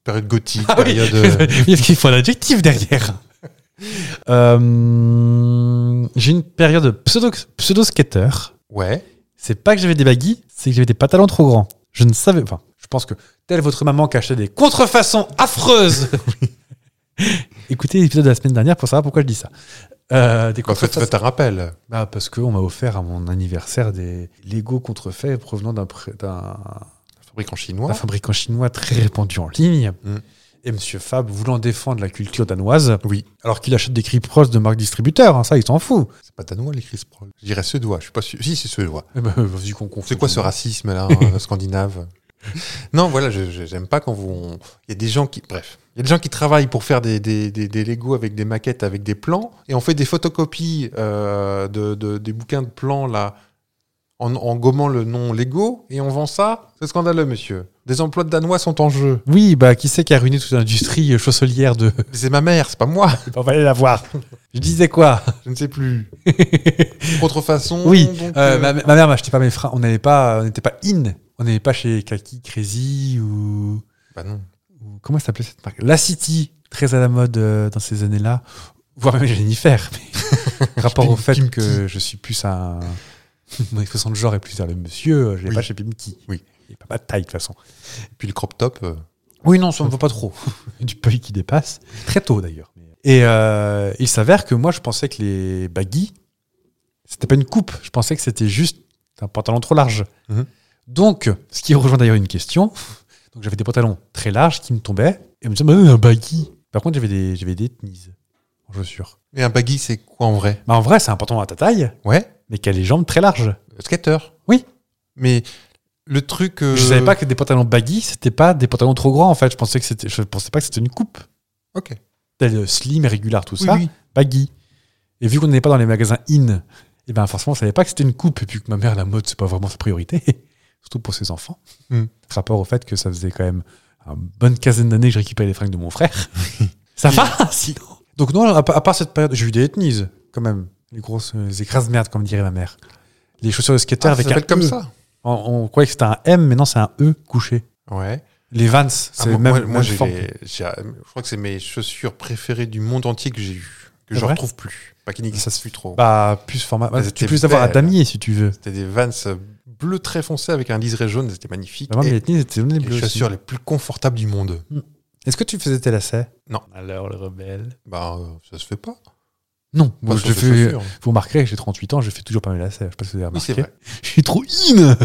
B: Période gothique,
A: ah oui, <laughs>
B: période. euh,
A: il y a qu'il faut un adjectif derrière. <laughs> Euh, j'ai une période pseudo, pseudo-skater.
B: Ouais.
A: C'est pas que j'avais des baguilles, c'est que j'avais des pantalons trop grands. Je ne savais pas. je pense que telle votre maman cachait des contrefaçons <laughs> affreuses. <laughs> Écoutez l'épisode de la semaine dernière pour savoir pourquoi je dis ça. Euh, des
B: En fait,
A: contrefaçons-
B: faites un rappel.
A: bah, parce qu'on m'a offert à mon anniversaire des Lego contrefaits provenant d'un pré- d'un
B: Fabrique en chinois.
A: un fabricant chinois très répandu en ligne.
B: Mm.
A: Et Monsieur Fab, voulant défendre la culture danoise,
B: Oui.
A: alors qu'il achète des cris proches de marques distributeurs, hein, ça, il s'en fout.
B: C'est pas danois, les Chris Paul. Je dirais suédois. Je suis pas sûr. Si, c'est suédois.
A: Eh ben, vas-y qu'on confond.
B: C'est quoi ce racisme là,
A: <laughs>
B: euh, scandinave Non, voilà, je- je- j'aime pas quand vous. on- Il y a des gens qui. Bref. Il y a des gens qui travaillent pour faire des, des, des, des Lego avec des maquettes, avec des plans, et on fait des photocopies euh, de, de- des bouquins de plans là, en, en gommant le nom Lego, et on vend ça C'est scandaleux, monsieur. Des emplois de Danois sont en jeu.
A: Oui, bah, qui c'est qui a ruiné toute l'industrie euh, chausselière de.
B: Mais C'est ma mère, c'est pas moi.
A: On va aller la voir. <laughs> Je disais quoi
B: Je ne sais
A: <laughs>
B: plus. Contrefaçon.
A: Oui,
B: donc,
A: euh,
B: euh,
A: ma, ma mère m'achetait pas mes freins. On n'allait pas, on n'était pas in. On n'allait pas chez Kaki, Crazy ou.
B: Bah non.
A: ou- Comment elle s'appelait cette marque La City, très à la mode euh, dans ces années-là. Voire même Jennifer. <laughs> Mais rapport au fait que je suis plus un. Mon expression de genre est plus vers le monsieur. euh, Je l'ai
B: Oui.
A: pas chez Pimki.
B: Oui.
A: Il n'y a pas de taille, de toute façon.
B: Et puis le crop top. euh,
A: Oui, non, ça ne me va pas <laughs> trop. du peuil qui dépasse. Très tôt, d'ailleurs. Et euh, il s'avère que moi, je pensais que les baggy, c'était pas une coupe. Je pensais que c'était juste un pantalon trop large.
B: Mhm.
A: Donc, ce qui rejoint d'ailleurs une question. <laughs> Donc, j'avais des pantalons très larges qui me tombaient. Et on me disait, bah, un baggy. Par contre, j'avais des, j'avais des tenis en chaussures.
B: Et un baggy, c'est quoi en vrai
A: Bah, en vrai, c'est un pantalon à ta taille,
B: Ouais.
A: mais qui a les jambes très larges.
B: Skater.
A: Oui.
B: Mais le truc. euh,
A: Je savais pas que des pantalons baggy, c'était pas des pantalons trop grands, en fait. Je pensais que c'était, je pensais pas que c'était une coupe.
B: Ok.
A: Tel euh, slim et régular, tout
B: Oui, Ah,
A: ça.
B: oui.
A: baggy. Et vu qu'on n'est pas dans les magasins in, et ben forcément, on savait pas que c'était une coupe. Et puis que ma mère, la mode, c'est pas vraiment sa priorité, <laughs> surtout pour ses enfants.
B: Mm.
A: Rapport au fait que ça faisait quand même une bonne quinzaine d'années que je récupérais les fringues de mon
B: <laughs>
A: frère. ça va, sinon. Donc non, à, pa- à part cette période, j'ai eu des ethnies, quand même. Les grosses euh, les écrases merdes, comme dirait ma mère. Les chaussures de skater
B: Ah, ça
A: avec un
B: s'appelle comme
A: E.
B: ça.
A: On, on croyait que c'était un M, mais non, c'est un E couché.
B: Ouais.
A: Les Vans,
B: Ah,
A: c'est
B: moi,
A: même
B: moi, moi,
A: même
B: j'ai
A: forme.
B: les- j'ai- euh, je crois que c'est mes chaussures préférées du monde entier que j'ai eues. Que
A: C'est
B: je
A: vrai
B: retrouve plus. Pas qui n'existe plus trop.
A: Bah, plus format.
B: Elles
A: tu
B: étaient
A: peux les avoir à
B: belles.
A: damier si tu veux.
B: C'était des vans bleus très foncés avec un liseré jaune. C'était magnifique.
A: Vraiment,
B: Et
A: les ethnies étaient les
B: les
A: bleues aussi.
B: chaussures les plus confortables du monde.
A: Est-ce que tu faisais tes lacets
B: Non.
A: Alors, le rebelle.
B: Bah, euh, ça se fait pas.
A: Non, moi,
B: Pas sur
A: je
B: des
A: fais-
B: chaussures.
A: vous remarquerez que j'ai 38 ans, je fais toujours pas mes lacets. Je sais pas si vous avez
B: Oui,
A: remarqué.
B: c'est vrai.
A: Je <laughs> suis trop in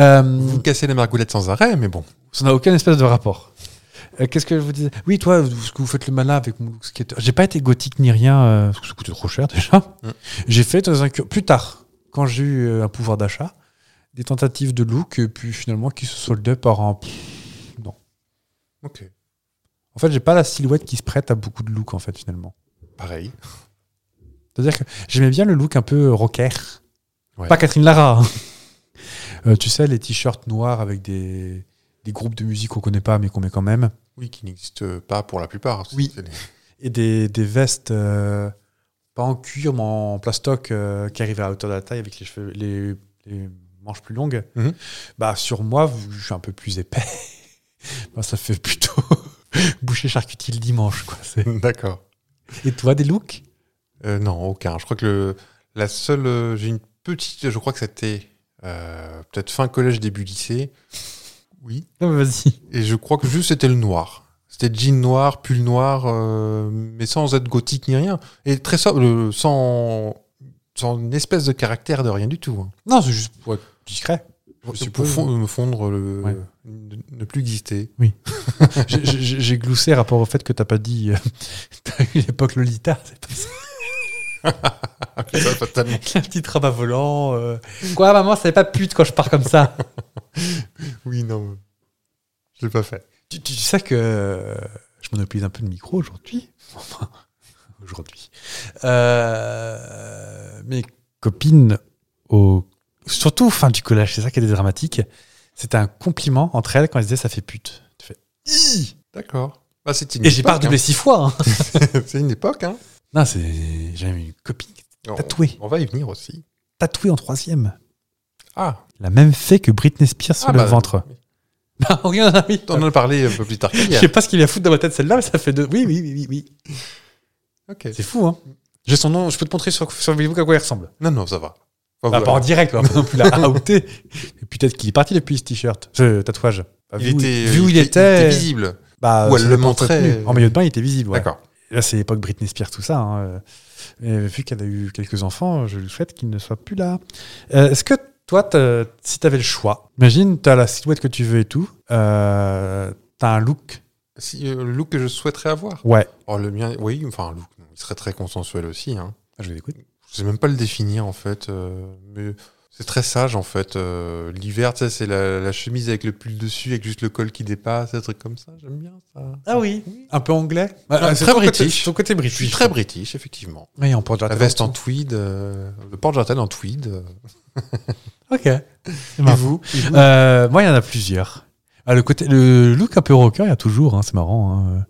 A: Euh,
B: Vous cassez la margoulette sans arrêt, mais bon.
A: Ça n'a aucun espèce de rapport. Euh, Qu'est-ce que je vous disais Oui, toi, vous- ce que vous faites le malin avec mon look skater. J'ai pas été gothique ni rien, euh, parce que ça coûtait trop cher déjà.
B: Mm.
A: J'ai fait dans un cur- plus tard, quand j'ai eu euh, un pouvoir d'achat, des tentatives de look, et puis finalement qui se soldaient par un.
B: Ok.
A: En fait, j'ai pas la silhouette qui se prête à beaucoup de looks en fait finalement.
B: Pareil.
A: C'est-à-dire que j'aimais bien le look un peu rocker.
B: Ouais.
A: Pas Catherine Lara. <laughs> hein. Euh, tu sais, les t-shirts noirs avec des, des groupes de musique qu'on connaît pas, mais qu'on met quand même.
B: Oui, qui n'existe pas pour la plupart. hein,
A: Oui.
B: C'est-
A: et des, des vestes euh, pas en cuir mais en plastoc euh, qui arrivent à la hauteur de la taille avec les cheveux les, les manches plus longues
B: Mhm.
A: bah sur moi vu que je suis un peu plus épais <laughs> bah, ça fait plutôt <laughs> boucher charcuterie le dimanche quoi c'est-
B: <laughs> D'accord.
A: et toi des looks
B: Euh, non, aucun. Je crois que le, la seule. euh, J'ai une petite. Je crois que c'était euh, peut-être fin collège, début lycée. Oui.
A: non mais vas-y
B: Et je crois que juste c'était le noir. C'était jean noir, pull noir, euh, mais sans être gothique ni rien. Et très sobre, euh, sans, sans une espèce de caractère de rien du tout. hein.
A: non c'est juste pour être discret
B: C'est pour
A: suppose.
B: fon- me fondre, le,
A: Ouais.
B: ne, ne plus exister.
A: J'ai- j'ai j'ai gloussé rapport au fait que t'as pas dit euh, <laughs> t'as eu l'époque Lolita c'est pas <laughs> ça
B: Ça, totalement.
A: un petit rabat volant euh, quoi maman ça n'est pas pute quand je pars comme ça
B: oui, non. Je l'ai pas fait.
A: <laughs> Tu, tu sais que euh, je monopolise un peu le micro aujourd'hui. <laughs> Enfin, aujourd'hui. Euh, mes copines, au, surtout fin du collège, c'est ça qui était dramatique, c'était un compliment entre elles quand elles disaient ça fait pute. Tu fais, Hi
B: D'accord. Bah, c'est une
A: Et j'ai pas
B: époque,
A: redoublé six fois. hein.
B: hein. <laughs> C'est une époque. Hein.
A: Non, c'est j'avais une copine qui était
B: On-
A: Tatouée.
B: On va y venir aussi.
A: tatouée en troisième.
B: Ah,
A: La même fait que Britney Spears sur
B: Ah,
A: le
B: bah,
A: ventre. Bah, <laughs> regarde, oui.
B: On en a parlé un peu plus tard
A: <laughs> Je
B: qu'hier.
A: sais pas ce qu'il y a à foutre dans ma tête celle-là, mais ça fait deux. Oui, oui, oui, oui, oui.
B: Ok.
A: C'est fou, hein. J'ai son nom, je peux te montrer sur, sur Facebook à quoi il ressemble.
B: Non, non, ça va.
A: Bah,
B: Enfin,
A: pas en
B: Oh, voilà.
A: direct, on va pas non plus la outer. Et peut-être qu'il est parti depuis ce t-shirt, ce tatouage. Bah,
B: Il
A: vu où
B: était,
A: vu où il, était,
B: visible.
A: bah,
B: Ou elle
A: ça
B: le
A: dépend de sa
B: montrait. Ah,
A: tenue. En maillot de bain, il était visible. ouais.
B: D'accord.
A: Là, c'est l'époque Britney Spears, tout ça. hein. Et vu qu'elle a eu quelques enfants, euh, je lui souhaite qu'il ne soit plus là. Euh, Est-ce que toi, t'as- si t'avais le choix, imagine, t'as la silhouette que tu veux et tout, euh, t'as un look.
B: Si, euh, le look que je souhaiterais avoir.
A: Ouais.
B: Oh, le mien, oui, enfin, un look, non, il serait très consensuel aussi. Hein.
A: Je vous écoute.
B: Je sais même pas le définir, en fait. euh, mais c'est très sage, en fait. euh, L'hiver, tu sais, c'est la, la chemise avec le pull dessus, avec juste le col qui dépasse, des trucs comme ça. J'aime bien ça.
A: Ah oui. Un peu anglais.
B: Ah,
A: c'est
B: très
A: ton côté-
B: british.
A: Ton côté
B: Je
A: british.
B: suis très british, effectivement.
A: Oui, on porte
B: La veste en tweed, euh, le porte-jartel en tweed. euh.
A: Ok. Et vous Euh, Moi, il y en a plusieurs. Ah, le, côté, le look un peu rocker, il y a toujours, hein, c'est marrant. hein.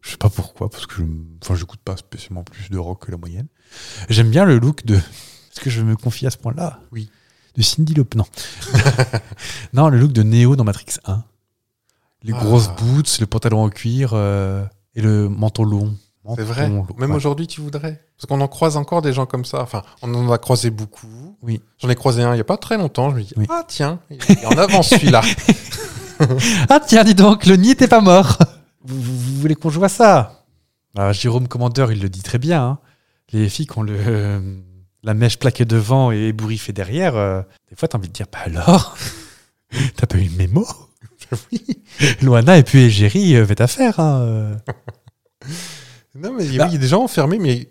A: Je sais pas pourquoi, parce que je enfin, j'écoute pas spécialement plus de rock que la moyenne. J'aime bien le look de. Est-ce que je me confie à ce point-là
B: Oui.
A: De Cindy Lop, non. <laughs> non, le look de Neo dans Matrix 1. Les
B: Ah.
A: grosses boots, le pantalon en cuir euh, et le manteau long.
B: C'est vrai.
A: Manteau long,
B: Même
A: ouais.
B: aujourd'hui, tu voudrais. Parce qu'on en croise encore des gens comme ça. Enfin, on en a croisé beaucoup.
A: Oui.
B: J'en ai croisé un il n'y a pas très longtemps. Je me dis,
A: Oui.
B: ah tiens, il est en
A: <laughs>
B: avance celui-là.
A: Ah tiens, dis donc, le nid n'était pas mort. Vous, vous- vous voulez qu'on joue à ça Ah, Jérôme Commandeur, il le dit très bien. hein. Les filles qui ont le, euh, la mèche plaquée devant et ébouriffée derrière, euh, des fois, t'as envie de dire, bah alors <laughs> T'as pas eu le mémo Bah Oui. Loana et puis Égérie, euh, faites affaire. Hein. euh.
B: non, mais oui, il
A: Bah.
B: y a des gens enfermés, mais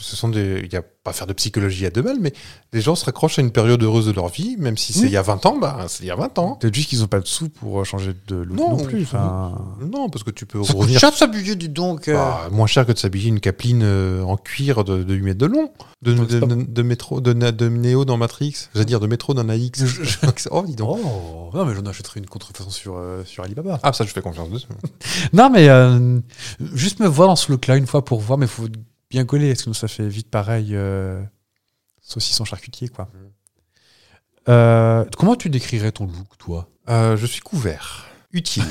B: ce sont des. Il n'y a pas à faire de psychologie à deux balles, mais les gens se raccrochent à une période heureuse de leur vie, même si c'est
A: Oui.
B: il y a 20 ans, bah, c'est il y a 20 ans.
A: Peut-être juste qu'ils ont pas de sous pour euh, changer de look
B: Non,
A: Hein non, plus.
B: ça-
A: enfin.
B: Non, parce que tu peux
A: Ça coûte
B: revenir.
A: cher de s'habiller, dis donc. euh.
B: Bah, moins cher que de s'habiller une capeline euh, en cuir de, de 8 mètres de long, de,
A: Donc, c'est
B: de,
A: pas-
B: de- de métro, de, na- de Néo dans Matrix, c'est-à-dire de métro dans AX. <laughs> oh, dis donc.
A: Oh, non, mais j'en achèterai une contrefaçon sur, euh, sur Alibaba.
B: Ah, ça, je fais confiance dessus.
A: Non, mais euh, juste me voir dans ce look-là une fois pour voir, mais faut bien coller, parce que sinon, ça fait vite pareil euh, saucisson charcutier, quoi. Euh, comment tu décrirais ton look, toi
B: Euh, je suis couvert. <laughs> Utile.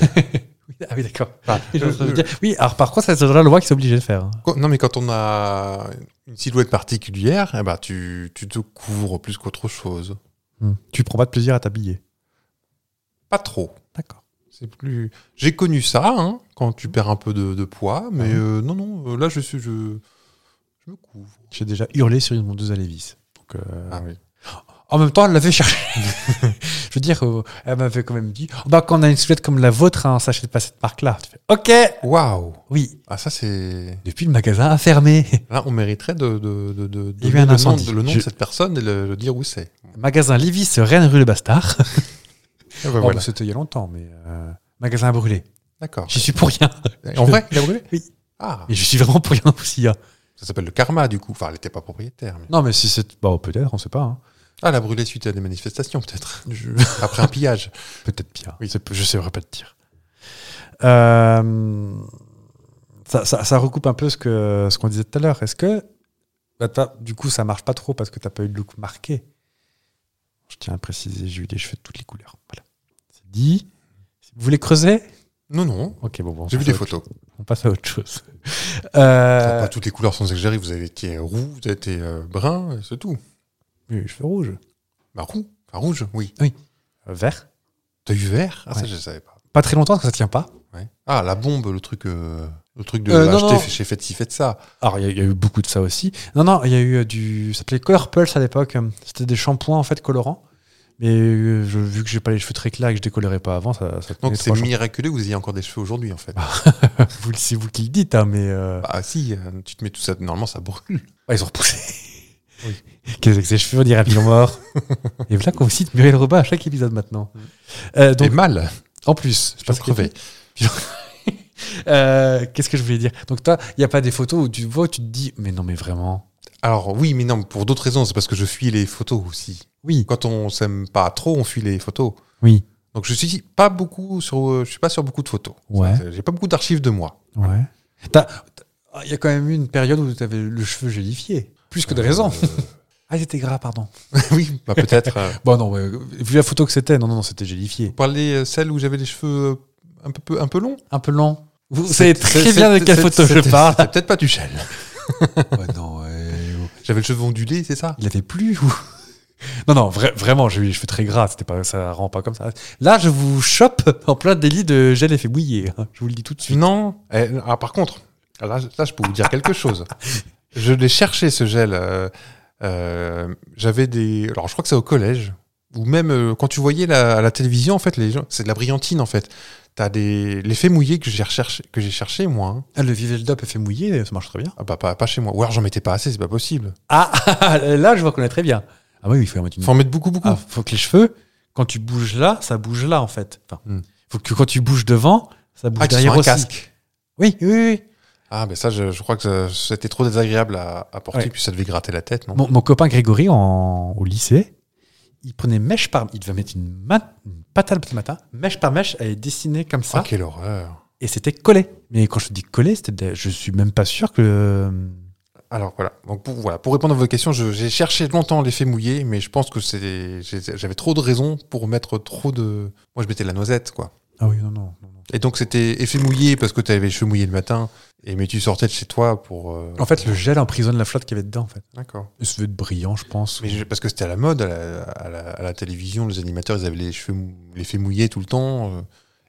A: Ah oui, <laughs> d'accord.
B: Enfin, euh, euh,
A: Oui, alors par contre, ça, c'est la loi qui s'est obligée de faire. hein.
B: quand- non, mais quand on a une silhouette particulière, eh ben, tu, tu te couvres plus qu'autre chose.
A: Mm. Tu prends pas de plaisir à t'habiller.
B: Pas trop.
A: D'accord.
B: C'est plus. J'ai connu ça, hein, quand tu perds un peu de, de poids, mais
A: Mhm.
B: euh, non, non, euh, là, je suis. Je, je me couvre.
A: J'ai déjà hurlé sur une mondeuse à Lévis. Donc, euh,
B: Ah oui.
A: ah, En même temps, elle l'avait cherché. <laughs> je veux dire, euh, elle m'avait quand même dit bah, quand on a une soulette comme la vôtre, hein, on s'achète pas cette marque-là. Tu fais, Ok
B: Waouh
A: Oui.
B: Ah, ça, c'est.
A: Depuis, le magasin a <laughs> fermé.
B: Là, Ah, on mériterait de, de, de, de
A: Il y a eu
B: donner
A: un
B: le nom,
A: incendie.
B: de, le nom
A: Je-
B: de cette personne et le, le dire où c'est.
A: magasin Lévis, Rennes, rue Le Bastard.
B: Ah, bah,
A: Bon,
B: voilà.
A: C'était il y a longtemps, mais. euh, magasin a brûlé.
B: D'accord.
A: J'y suis pour rien.
B: En vrai, il a brûlé
A: Oui.
B: Ah,
A: Et je suis vraiment pour rien aussi. hein.
B: ça s'appelle le karma, du coup. Enfin, elle n'était pas propriétaire. mais-
A: Non, mais si c'est. Bon, peut-être, on sait pas. hein.
B: Ah, elle a brûlé suite à des manifestations, peut-être. <laughs> Après un pillage.
A: Peut-être pire.
B: Oui.
A: C'est- Je ne saurais pas te dire. Euh, ça, ça- ça recoupe un peu ce qu'on ce qu'on disait tout à l'heure. Est-ce que. bah, t'as- du coup, ça marche pas trop parce que tu n'as pas eu de look marqué. Je tiens à préciser, j'ai eu des cheveux de toutes les couleurs. Voilà. C'est dit. Vous voulez creuser
B: Non, non.
A: Ok, bon, bon. on
B: J'ai vu
A: passe
B: des
A: à autre-
B: photos.
A: On passe à autre chose.
B: Ça,
A: Euh,
B: Pas toutes les couleurs sont exagérées. Vous avez été roux, vous avez été euh, brun, c'est tout.
A: oui, cheveux rouges.
B: Bah, roux. Enfin, rouge, oui.
A: Euh, vert.
B: T'as eu vert Ah, ça,
A: Ouais.
B: je ne savais pas.
A: Pas très longtemps parce que ça tient pas.
B: Ouais. Ah, la bombe, le truc, euh, le truc de
A: Euh, non,
B: acheter
A: non.
B: chez Faites ci, faites ça.
A: Alors, il y, a- il y a eu beaucoup de ça aussi. Non, non, il y a eu euh, du. Ça s'appelait Color Pulse à l'époque. euh, C'était des shampoings, en fait, colorants. Mais euh, je- vu que j'ai pas les cheveux très clairs et que je décolorais pas avant, ça, ça tenait
B: Donc, c'est
A: trois jours.
B: miraculeux que vous ayez encore des cheveux aujourd'hui, en fait.
A: Ah. Vous- C'est vous qui le dites, hein, mais. euh,
B: Bah, si, euh, tu te mets tout ça. Normalement, ça brûle.
A: ah, ils ont
B: <laughs>
A: repoussé. Qu'est-ce que ces cheveux, on dirait un pion mort. et voilà qu'on cite Muriel Robin à chaque épisode maintenant. Euh,
B: Mm. Et
A: donc,
B: mal.
A: en plus,
B: Je peux crever.
A: <laughs> Euh, Qu'est-ce que je voulais dire Donc, toi, il n'y a pas des photos où tu vois, tu te dis, mais non, mais vraiment.
B: Alors, oui, mais non, pour d'autres raisons. C'est parce que je fuis les photos aussi.
A: Oui,
B: Quand on s'aime pas trop, on fuit les photos.
A: oui.
B: Donc, je suis pas beaucoup sur, euh, je suis pas sur beaucoup de photos.
A: Ouais.
B: Ça, c'est- J'ai pas beaucoup d'archives de moi. <laughs>
A: Ouais. T'as- t'as- Il y a quand même eu une période où tu avais le cheveu gélifié. Plus que de raison. Euh, <laughs> Ah, c'était gras, pardon.
B: oui, bah, peut-être. euh,
A: Bon, non, ouais, vu la photo que c'était, non, non, non, c'était gélifié.
B: Vous parlez euh, celle où j'avais les cheveux euh, un peu, peu- un peu longs
A: Un peu lent. Vous savez très bien de
B: C'était-
A: quelle
B: c'était-
A: photo je
B: c'était-
A: parle.
B: C'était peut-être pas du gel.
A: Ouais, non, ouais, oh.
B: J'avais le cheveu ondulé, c'est ça
A: Il avait plu ou... <laughs> Non, non, vra- vraiment, j'ai eu les cheveux très gras. C'était pas, ça rend pas comme ça. Là, je vous chope en plein délit de gel effet bouillir. Je vous le dis tout de suite.
B: Non. Eh, ah, par contre, là, je- là, je peux vous dire
A: <laughs>
B: quelque chose. Je l'ai cherché ce gel. euh, euh, J'avais des. Alors, je crois que c'est au collège. Ou même euh, quand tu voyais la, à la télévision, en fait, les gens, c'est de la brillantine, en fait. T'as des l'effet mouillé que j'ai recherché, que j'ai cherché moi. hein.
A: Ah, Le Viveldop effet mouillé, ça marche très bien.
B: Ah, bah, pas, pas chez moi. Ou alors j'en mettais pas assez, c'est pas possible.
A: <laughs> Ah, là, je vois qu'on est très bien. Ah oui, il faut en mettre une
B: Faut en mettre beaucoup, beaucoup.
A: Ah, faut que les cheveux, quand tu bouges là, ça bouge là en fait. Enfin,
B: Hmm.
A: faut que quand tu bouges devant, ça bouge
B: Ah, qu'ils
A: derrière
B: soient un
A: aussi.
B: casque.
A: Oui, oui, oui.
B: Ah, mais ça, je, je crois que ça- c'était trop désagréable à, à porter,
A: Ouais.
B: puis ça devait gratter la tête, non
A: Mon, mon copain Grégory en- au lycée, il prenait mèche par, il devait mettre une, ma- une patale le matin, mèche par mèche, elle est dessinée comme
B: Ah,
A: ça,
B: quelle horreur.
A: et c'était collé. Mais quand je te dis collé, c'était, des- je suis même pas sûr que.
B: Alors voilà. Donc pour, voilà, pour répondre à vos questions, je- j'ai cherché longtemps l'effet mouillé, mais je pense que c'est- j'ai- j'avais trop de raisons pour mettre trop de. Moi, je mettais de la noisette, quoi.
A: Ah oui, non, non. non, non.
B: Et donc c'était effet mouillé parce que tu avais les cheveux mouillés le matin, et mais tu sortais de chez toi pour. euh,
A: En fait, le gel emprisonne la flotte qu'il y avait dedans. En fait,
B: D'accord.
A: ça veut être brillant, je pense.
B: Mais je- parce que c'était à la mode, à la, à la- à la télévision, les animateurs, ils avaient les cheveux, mou- l'effet mouillé tout le temps. euh,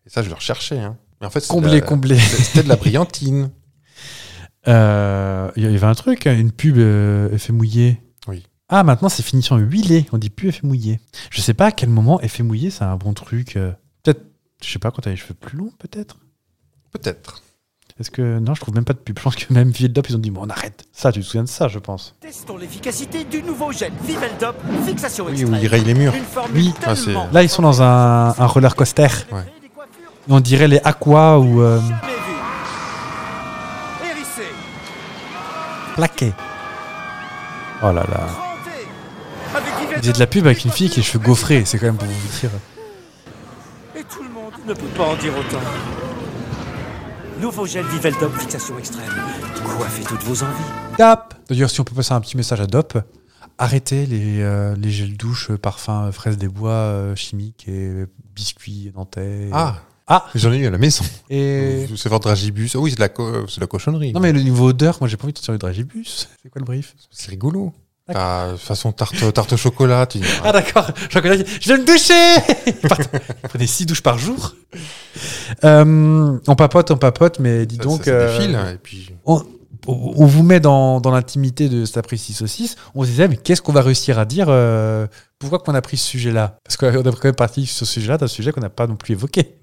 B: et ça, je le recherchais. Hein. Mais en fait, c'était de
A: Comblé,
B: la-
A: comblé.
B: C'était de la brillantine.
A: Euh, Il y avait un truc, hein, une pub euh, effet mouillé.
B: Oui.
A: Ah, maintenant c'est finition huilé, on dit plus effet mouillé. Je sais pas à quel moment effet mouillé c'est un bon truc. euh, Peut-être, je sais pas, quand t'as les cheveux plus longs, peut-être
B: Peut-être.
A: Est-ce que. Non, je trouve même pas de pub. Je pense que même Vildop, ils ont dit, bon, on arrête. Ça, tu te souviens de ça, je pense.
D: Testons l'efficacité du nouveau gel Viveldop fixation
B: Oui, où
D: extrême.
B: il raye les murs.
D: Une formule
A: Oui.
B: Ah, c'est-
D: tellement
A: Là, ils sont dans un, un roller coaster.
B: Ouais.
D: Des coiffures
A: On dirait les Aqua ou euh,
D: jamais vues. Hérissé,
A: Plaqué. Oh là là.
D: cranté, avec
A: Il
D: Viveldop,
A: faisait de la pub avec une fille qui a les
D: des
A: cheveux
D: coiffures
A: gaufrés, c'est quand même pour vous dire.
D: Et tout le monde ne peut pas en dire autant. Nouveau gel Viveldop fixation extrême. Coiffez toutes vos envies.
A: Dap. D'ailleurs, si on peut passer un petit message à Dop, arrêtez les, euh, les gels douche, euh, parfums, euh, fraises des bois, euh, chimiques et euh, biscuits nantais.
B: Ah,
A: Ah.
B: J'en ai eu à la maison.
A: Et...
B: Vous savez, Dragibus. Ah oui, c'est de, la co- c'est de la cochonnerie.
A: Non, mais le niveau odeur, moi j'ai pas envie de sortir du dragibus. <laughs> C'est quoi le brief
B: C'est rigolo. T'as, euh, façon tarte, tarte au chocolat. Tu dis, ah,
A: Ah d'accord, je reconnais, je vais me doucher <laughs> Il part- il prenait six douches par jour. Euh, on papote, on papote, mais dis
B: ça-
A: donc...
B: ça, ça
A: euh,
B: défile, hein, et puis,
A: on- on vous met dans, dans l'intimité de cet après-ci saucisse, on se disait, mais qu'est-ce qu'on va réussir à dire euh, Pourquoi qu'on a pris ce sujet-là Parce qu'on est quand même parti sur ce sujet-là d'un sujet qu'on n'a pas non plus évoqué.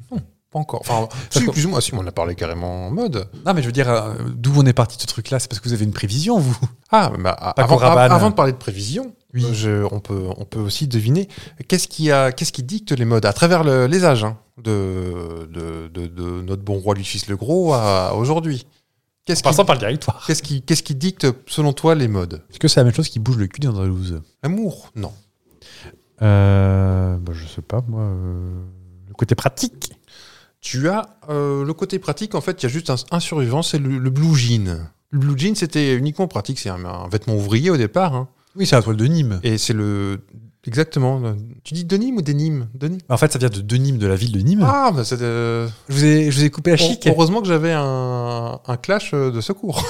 B: Pas encore. Enfin, si,
A: qu'on-
B: plus ou moins, si, on en a parlé carrément en mode.
A: Non, mais je veux dire, euh, d'où on est parti de ce truc-là, c'est parce que vous avez une prévision, vous.
B: Ah, mais bah,
A: Pas
B: avant,
A: qu'on rabale.
B: av- avant de parler de prévision,
A: Oui.
B: euh, je- on, peut, on peut aussi deviner qu'est-ce qui, a- qu'est-ce qui dicte les modes à travers le- les âges hein, de, de, de- de notre bon roi Louis le Gros à aujourd'hui. Qu'est-ce qui,
A: par le directoire.
B: qu'est-ce qui, qu'est-ce qui dicte, selon toi, les modes
A: Est-ce que c'est la même chose qui bouge le cul des Andalouse
B: L'amour Non.
A: euh, bah, Je sais pas, moi. euh, Le côté pratique.
B: Tu as euh, le côté pratique, en fait, il y a juste un, un survivant, c'est le, le blue jean. Le blue jean, c'était uniquement pratique, c'est un, un vêtement ouvrier au départ. hein.
A: Oui, c'est la toile de Nîmes.
B: Et c'est le. Exactement. le- Tu dis de Nîmes ou des Nîmes De Nîmes.
A: En fait, ça vient de, de Nîmes, de la ville de Nîmes.
B: Ah, bah c'est. euh,
A: je, vous ai, je vous ai coupé la chic.
B: Heureusement que j'avais un, un clash euh, de secours.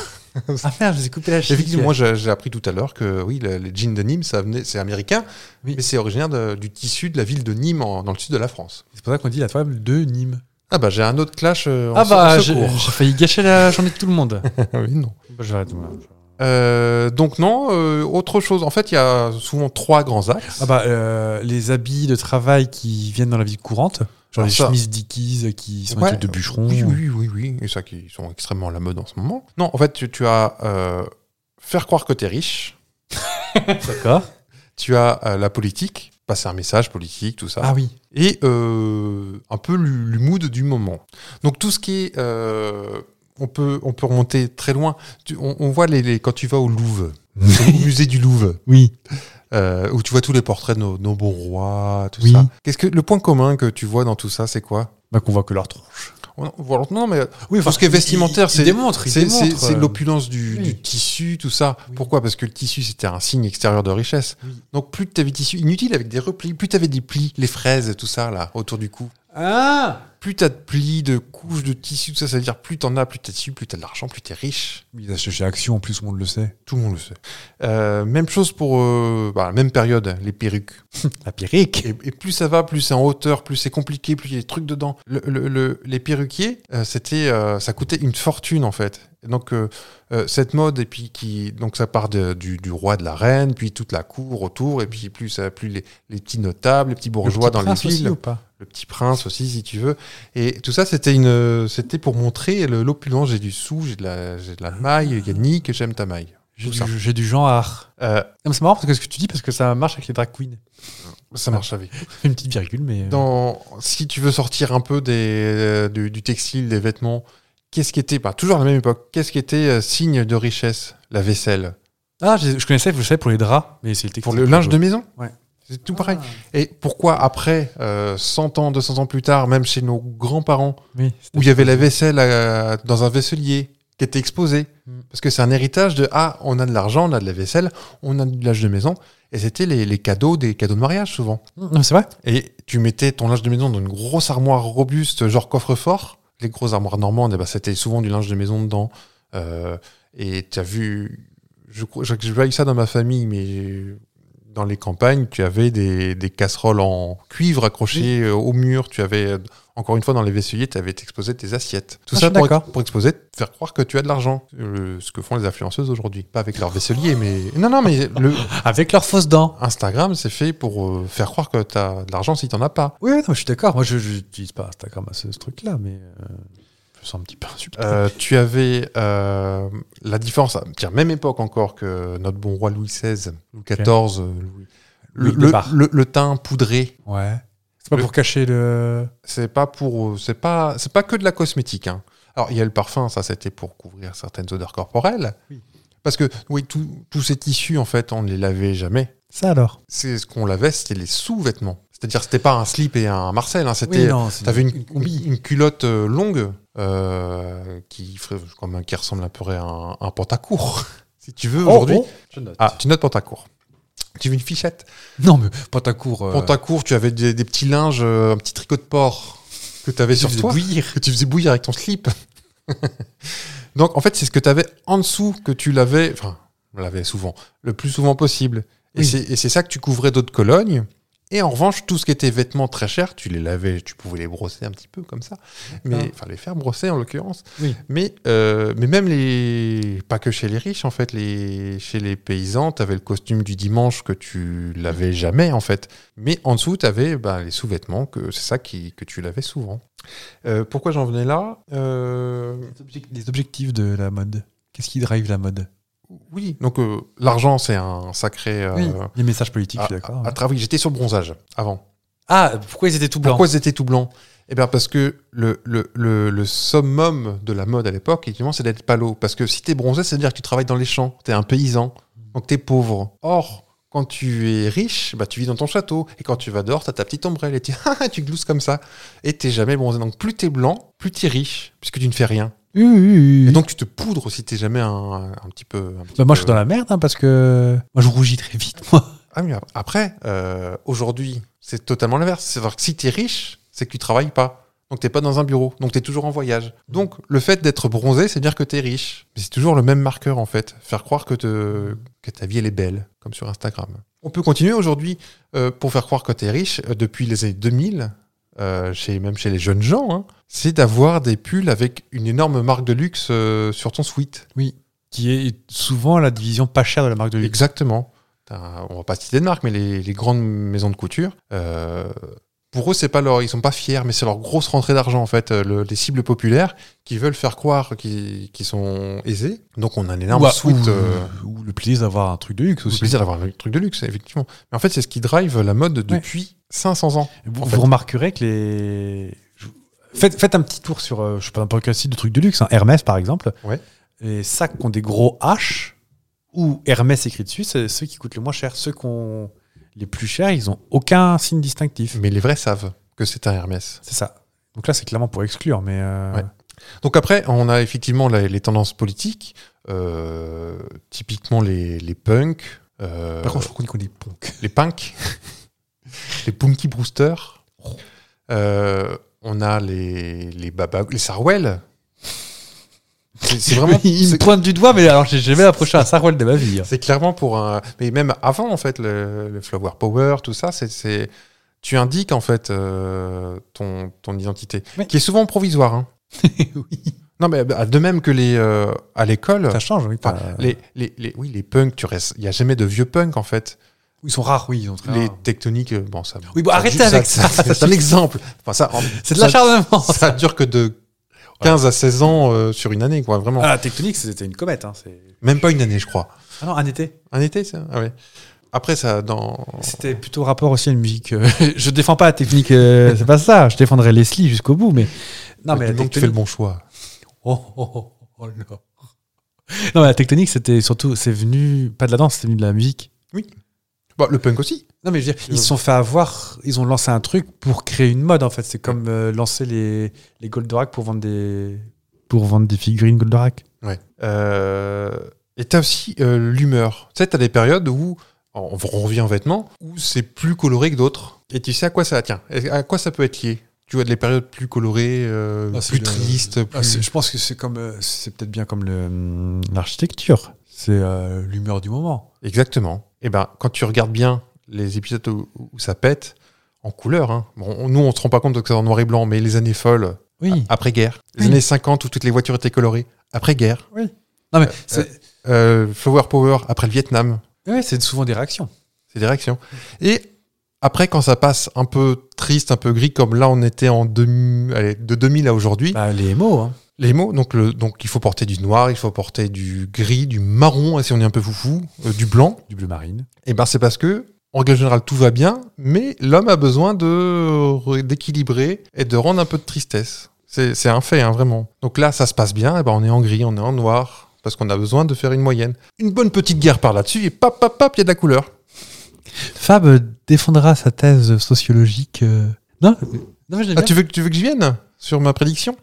A: Ah merde, je vous ai coupé la chic.
B: Effectivement, moi j'ai j'ai appris tout à l'heure que oui, le- les jeans de Nîmes, ça venait, c'est américain,
A: Oui.
B: mais c'est originaire de- du tissu de la ville de Nîmes, en- dans le sud de la France.
A: C'est pour ça qu'on dit la toile de Nîmes.
B: Ah bah j'ai un autre clash euh, en,
A: ah
B: se-
A: bah,
B: en
A: j'ai <laughs>
B: secours.
A: j'ai failli gâcher la journée de tout le <laughs> monde.
B: Oui, non.
A: Bah, je vais arrêter, voilà.
B: Euh, donc non, euh, autre chose. En fait, il y a souvent trois grands axes.
A: Ah bah, euh, les habits de travail qui viennent dans la vie courante, genre
B: Ah,
A: les
B: ça.
A: chemises Dickies euh, qui sont
B: Ouais.
A: un type de bûcheron.
B: Oui, oui, oui, oui. Et ça qui sont extrêmement à la mode en ce moment. Non, en fait, tu, tu as euh, faire croire que t'es riche.
A: D'accord.
B: Tu as euh, la politique, passer un message politique, tout ça.
A: Ah oui.
B: et euh, un peu le le mood du moment. Donc tout ce qui est... euh, on, peut, on peut remonter très loin. Tu- on, on voit les, les- quand tu vas au Louvre, au
A: <laughs>
B: musée du Louvre,
A: Oui.
B: euh, où tu vois tous les portraits de nos, nos bons rois, tout
A: Oui.
B: ça. Qu'est-ce que le point commun que tu vois dans tout ça, c'est quoi
A: Bah, qu'on voit que leur tronche.
B: On- voilà, non, mais
A: Oui,
B: tout ce qui est vestimentaire, c'est
A: démontre. il
B: c'est- c'est-
A: démontre,
B: c'est
A: euh,
B: l'opulence du,
A: oui.
B: du tissu, tout ça.
A: Oui.
B: Pourquoi Parce que le tissu, c'était un signe extérieur de richesse.
A: Oui.
B: Donc plus tu avais tissu inutile avec des replis, plus tu avais des plis, les fraises, tout ça, là, autour du cou.
A: Ah
B: plus t'as de plis, de couches, de tissus, tout ça, ça veut dire plus t'en as, plus t'as de tissus, plus t'as de l'argent, plus t'es riche.
A: Ils achètent chez Action, en plus, tout le monde le sait.
B: Tout le monde le sait. Euh, même chose pour euh, bah, la même période, les perruques.
A: La périque.
B: Et, et plus ça va, plus c'est en hauteur, plus c'est compliqué, plus il y a des trucs dedans. Le- le- le- les perruquiers, euh, c'était, euh, ça coûtait une fortune en fait. Et donc euh, euh, cette mode et puis qui, donc ça part de- du, du roi, de la reine, puis toute la cour autour, et puis plus ça, plus les, les petits notables, les petits bourgeois dans les villes.
A: ou pas
B: le petit prince aussi si tu veux et tout ça c'était une c'était pour montrer le- l'opulence j'ai du sou j'ai de la j'ai de la maille il y a Nick j'aime ta maille
A: J'ai
B: Tout ça.
A: du, j'ai du genre.
B: Euh,
A: Non, mais C'est marrant parce que ce que tu dis, parce que ça marche avec les drag queens. <laughs>
B: ça marche avec
A: Une petite virgule, mais. euh,
B: dans si tu veux sortir un peu des euh, du, du textile des vêtements qu'est-ce qui était bah, toujours à la même époque qu'est-ce qui était euh, signe de richesse la vaisselle
A: Ah, je, je connaissais, vous savez, pour les draps, mais c'est le textile.
B: pour le linge de maison
A: Ouais.
B: c'est tout pareil et pourquoi après euh, 100 ans 200 ans plus tard même chez nos grands-parents
A: Oui,
B: où il y avait la vaisselle euh, dans un vaisselier qui était exposé.
A: Mm.
B: Parce que c'est un héritage de ah, on a de l'argent, on a de la vaisselle, on a du linge de maison. Et c'était les, les cadeaux des cadeaux de mariage souvent.
A: Non, c'est vrai
B: Et tu mettais ton linge de maison dans une grosse armoire robuste, genre coffre-fort. Les grosses armoires normandes, eh ben, c'était souvent du linge de maison dedans. Euh, et tu as vu, je crois, j'ai j'ai pas eu ça dans ma famille, mais dans les campagnes, tu avais des, des casseroles en cuivre accrochées euh, au mur. Tu avais, euh, encore une fois, dans les vaisseliers, tu avais exposé tes assiettes.
A: Ah,
B: Tout
A: je
B: ça
A: suis
B: pour,
A: d'accord.
B: pour exposer, te faire croire que tu as de l'argent. Euh, ce que font les influenceuses aujourd'hui. Pas avec leur vaisselier, mais. Non, non, mais le
A: Avec leurs fausses dents.
B: Instagram, c'est fait pour euh, faire croire que tu as de l'argent si tu n'en as pas.
A: Oui, oui, non, mais je suis d'accord. Moi, je n'utilise pas Instagram à ce, ce truc-là, mais euh, je me sens un petit peu insulté.
B: Euh, tu avais euh, la différence, ah, tiens, même époque encore que notre bon roi Louis XVI, Louis XIV, euh, Louis- le,
A: Louis
B: le-
A: Départ.
B: le- le teint poudré.
A: ouais. C'est pas
B: le-
A: pour cacher le.
B: C'est pas pour, euh, c'est pas, c'est pas que de la cosmétique. hein. Alors il y a le parfum, ça c'était pour couvrir certaines odeurs corporelles.
A: Oui.
B: Parce que oui, tout- tous ces tissus en fait, on ne les lavait jamais.
A: Ça alors
B: C'est ce qu'on lavait, c'était les sous-vêtements. C'est-à-dire c'était pas un slip et un Marcel, hein, c'était
A: non, c'est-
B: T'avais une, une culotte euh, longue euh, qui, ferait- comme un- qui ressemble un peu à un, un pantacourt. <laughs> Si tu veux,
A: Oh,
B: aujourd'hui.
A: oh.
B: Ah, tu notes pantacourt. Tu veux une fichette
A: Non, mais Pantacourt. Euh,
B: Pantacourt, tu avais des, des petits linges, euh, un petit tricot de porc que tu avais
A: tu
B: sur
A: faisais
B: toi,
A: bouillir.
B: que tu faisais bouillir avec ton slip. <laughs> Donc, en fait, c'est ce que tu avais en dessous que tu l'avais, enfin, on l'avait souvent, le plus souvent possible. Et
A: Oui.
B: c'est- et c'est ça que tu couvrais d'autres colognes. Et en revanche, tout ce qui était vêtements très chers, tu les lavais, tu pouvais les brosser un petit peu comme ça, mais
A: Ah.
B: enfin les faire brosser en l'occurrence.
A: Oui.
B: Mais euh, mais même les pas que chez les riches en fait, les chez les paysans, t'avais le costume du dimanche que tu l'avais jamais en fait. Mais en dessous, t'avais ben, les sous-vêtements que c'est ça qui que tu lavais souvent. Euh, pourquoi j'en venais là Euh,
A: Les, objec- les objectifs de la mode. Qu'est-ce qui drive la mode
B: Oui, donc euh, l'argent c'est un sacré. euh, ah,
A: Les messages politiques,
B: à,
A: je suis d'accord.
B: à- à travailler. J'étais sur le bronzage avant.
A: Ah, pourquoi ils étaient tout blancs
B: Pourquoi ils étaient tout blancs Eh bien, parce que le, le, le, le summum de la mode à l'époque, effectivement, c'est d'être palo. Parce que si t'es bronzé, ça veut dire que tu travailles dans les champs, t'es un paysan, donc t'es pauvre. Or, quand tu es riche, bah, tu vis dans ton château. Et quand tu vas dehors, t'as ta petite ombrelle et tu, <laughs> ah, tu glousses comme ça. Et t'es jamais bronzé. Donc, plus t'es blanc, plus t'es riche, puisque tu ne fais rien.
A: Oui, oui, oui, oui.
B: Et donc, tu te poudres si t'es jamais un, un petit peu. un petit
A: Bah, moi, je suis
B: peu-
A: dans la merde, hein, parce que moi, je rougis très vite, moi. <laughs>
B: Ah oui, après, euh, aujourd'hui, c'est totalement l'inverse. C'est-à-dire que si t'es riche, c'est que tu travailles pas. Donc t'es pas dans un bureau. Donc t'es toujours en voyage. Donc le fait d'être bronzé, c'est dire que t'es riche. Mais c'est toujours le même marqueur en fait. Faire croire que, te- que ta vie elle est belle, comme sur Instagram. On peut continuer aujourd'hui euh, pour faire croire que t'es riche euh, depuis les années 2000. euh, chez, même chez les jeunes gens, hein, c'est d'avoir des pulls avec une énorme marque de luxe euh, sur ton suite.
A: Qui est souvent la division pas chère de la marque de luxe.
B: Exactement. T'as- On va pas citer de marque, mais les, les grandes maisons de couture, euh, pour eux, c'est pas leur, ils sont pas fiers, mais c'est leur grosse rentrée d'argent en fait. euh, le- les cibles populaires qui veulent faire croire qu'ils qu'ils sont aisés. Donc on a un énorme
A: Ou à-
B: suite.
A: ou,
B: euh,
A: ou le plaisir d'avoir un truc de luxe
B: au
A: aussi.
B: plaisir d'avoir un truc de luxe, effectivement. Mais en fait, c'est ce qui drive la mode depuis 500 ans.
A: Vous,
B: en
A: vous
B: fait.
A: remarquerez que les. je- Faites, faites un petit tour sur, euh, je sais pas, n'importe quel site de trucs de luxe, hein, Hermès par exemple.
B: Ouais.
A: Les sacs qui ont des gros H ou Hermès écrit dessus, c'est ceux qui coûtent le moins cher. Ceux qui ont les plus chers, ils ont aucun signe distinctif.
B: Mais les vrais savent que c'est un Hermès.
A: C'est ça. Donc là, c'est clairement pour exclure, mais. euh,
B: Ouais. Donc après, on a effectivement la- les tendances politiques, euh, typiquement les, les punks, euh,
A: Par contre, je crois qu'on dit <laughs> punks.
B: les punks, <laughs> les punky brewsters. Euh, on a les, les baba, les sarwell. C'est c'est vraiment.
A: <laughs> Il me
B: c'est-
A: pointe du doigt, mais alors j'ai jamais approché un sarwell de ma vie. hein.
B: C'est clairement pour un. Mais même avant, en fait, le, le Flower Power, tout ça, c'est- c'est. Tu indiques, en fait, euh, ton, ton identité,
A: Ouais.
B: qui est souvent provisoire. hein. Non, mais bah, de même que les. euh, à l'école.
A: Ça change, oui. euh,
B: Enfin,
A: pas-
B: les, les, les- oui, les punks, tu restes. Il n'y a jamais de vieux punks, en fait.
A: Ils sont rares, oui. Ils sont très
B: Les
A: rares.
B: tectoniques, euh, bon, ça.
A: Ah. Oui, bon,
B: ça
A: arrêtez
B: dure-
A: avec ça.
B: C'est un exemple.
A: <laughs>
B: Enfin, ça, en-
A: C'est de
B: ça-
A: l'acharnement.
B: Ça, dure que de 15 à 16 ans euh, sur une année, quoi, vraiment.
A: Ah, tectonique, c'était une comète. Hein, c'est-
B: Même pas une année, je crois.
A: ah non, un été.
B: Un été, ça Ah ouais. Après, ça, dans.
A: C'était plutôt rapport aussi à la musique. euh, <laughs> je défends pas la technique, euh, c'est pas ça. Je défendrai Leslie jusqu'au bout, mais non, mais la
B: donc, tu fais le
A: tectonique.
B: bon choix.
A: Oh, oh, oh, oh, là. Non, mais la tectonique, c'était surtout, c'est venu pas de la danse, c'est venu de la musique.
B: Bah, le punk aussi.
A: Non, mais je veux dire, ils se sont fait avoir, ils ont lancé un truc pour créer une mode en fait. C'est comme euh, lancer les les Goldorak pour vendre des pour vendre des figurines Goldorak.
B: Ouais. Euh, et t'as aussi euh, l'humeur. Tu sais, t'as des périodes où, on revient en vêtements, où c'est plus coloré que d'autres. Et tu sais à quoi ça tient, à quoi ça peut être lié. Tu vois, des périodes plus colorées, euh,
A: Ah, c'est
B: plus
A: le-
B: tristes, plus...
A: Ah, c'est- je pense que c'est comme euh, c'est peut-être bien comme le, hum, l'architecture, c'est euh, l'humeur du moment.
B: Exactement. Et ben, quand tu regardes bien les épisodes où, où ça pète, en couleur, hein. Bon, on- nous, on se rend pas compte que c'est en noir et blanc, mais les années folles,
A: Oui.
B: a- après-guerre, les
A: Oui.
B: années 50 où toutes les voitures étaient colorées, après-guerre,
A: non mais c'est-
B: euh, Flower Power, après le Vietnam,
A: Ouais, c'est souvent des réactions.
B: ces directions. Et après, quand ça passe un peu triste, un peu gris, comme là on était en 2000, allez, de 2000 à aujourd'hui,
A: Bah, les mots, hein.
B: les mots, donc, le, donc il faut porter du noir, il faut porter du gris, du marron, hein, si on est un peu foufou, euh, du blanc,
A: du bleu marine.
B: et ben c'est parce que, en règle générale, tout va bien, mais l'homme a besoin de d'équilibrer et de rendre un peu de tristesse. C'est c'est un fait, hein, vraiment. Donc là, ça se passe bien, et ben on est en gris, on est en noir, parce qu'on a besoin de faire une moyenne. Une bonne petite guerre par là-dessus, et pap, pap, pap, il y a de la couleur.
A: Fab défendra sa thèse sociologique. euh, Non, non, je
B: Ah, tu veux, que- tu veux que je vienne sur ma prédiction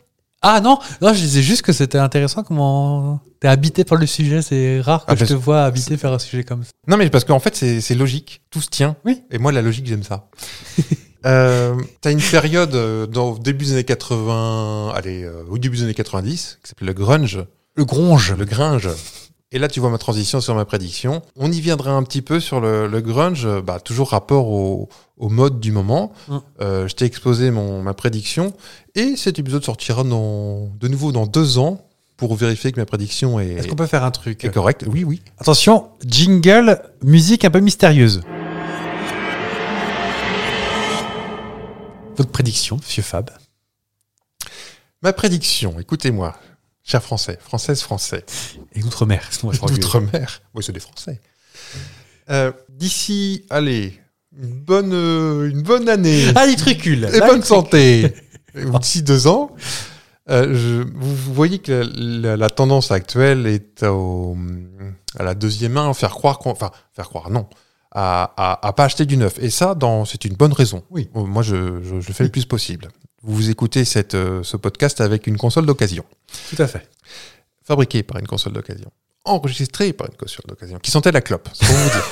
A: ah non, non, je disais juste que c'était intéressant comment t'es habité par le sujet. C'est rare que
B: Ah,
A: je
B: parce-
A: te vois habité par un sujet comme ça.
B: Non, mais parce qu'en fait, c'est c'est logique. Tout se tient.
A: Oui.
B: Et moi, la logique,
A: <laughs>
B: j'aime ça. Euh, T'as une période euh, dans, au début des années 80, allez, euh, au début des années 90, qui s'appelle le grunge,
A: Le gronge.
B: le gringe, Et là, tu vois ma transition sur ma prédiction. On y viendra un petit peu sur le, le grunge, euh, bah, toujours rapport au, au mode du moment.
A: Mm.
B: Euh, je t'ai exposé mon, ma prédiction. Et cet épisode sortira dans- de nouveau dans deux ans pour vérifier que ma prédiction est,
A: Est-ce qu'on peut faire un truc
B: est correcte. Oui, oui.
A: Attention, jingle, musique un peu mystérieuse. Votre prédiction, monsieur Fab.
B: Ma prédiction, écoutez-moi, chers Français, Françaises, Français,
A: Et Outre-mer, sinon on va se faire
B: d'outre-mer, oui, c'est des Français. Euh, D'ici, allez, une bonne, euh, une bonne année.
A: engueuler. Ah, il trucule
B: et
A: Là,
B: bonne
A: il trucule.
B: santé Ou D'ici deux ans, euh, je- vous, vous voyez que la, la- la tendance actuelle est au- à la deuxième main, faire croire qu'on... Enfin, faire croire, non. À, à, à pas acheter du neuf. Et ça, dans- c'est une bonne raison.
A: Oui.
B: Euh, Moi, je, je- je le fais le plus possible. Vous écoutez cette, euh, ce podcast avec une console d'occasion
A: Tout à fait.
B: fabriqué par une console d'occasion, enregistré par une console d'occasion, qui sentait la clope, c'est pour
A: <laughs>
B: vous dire.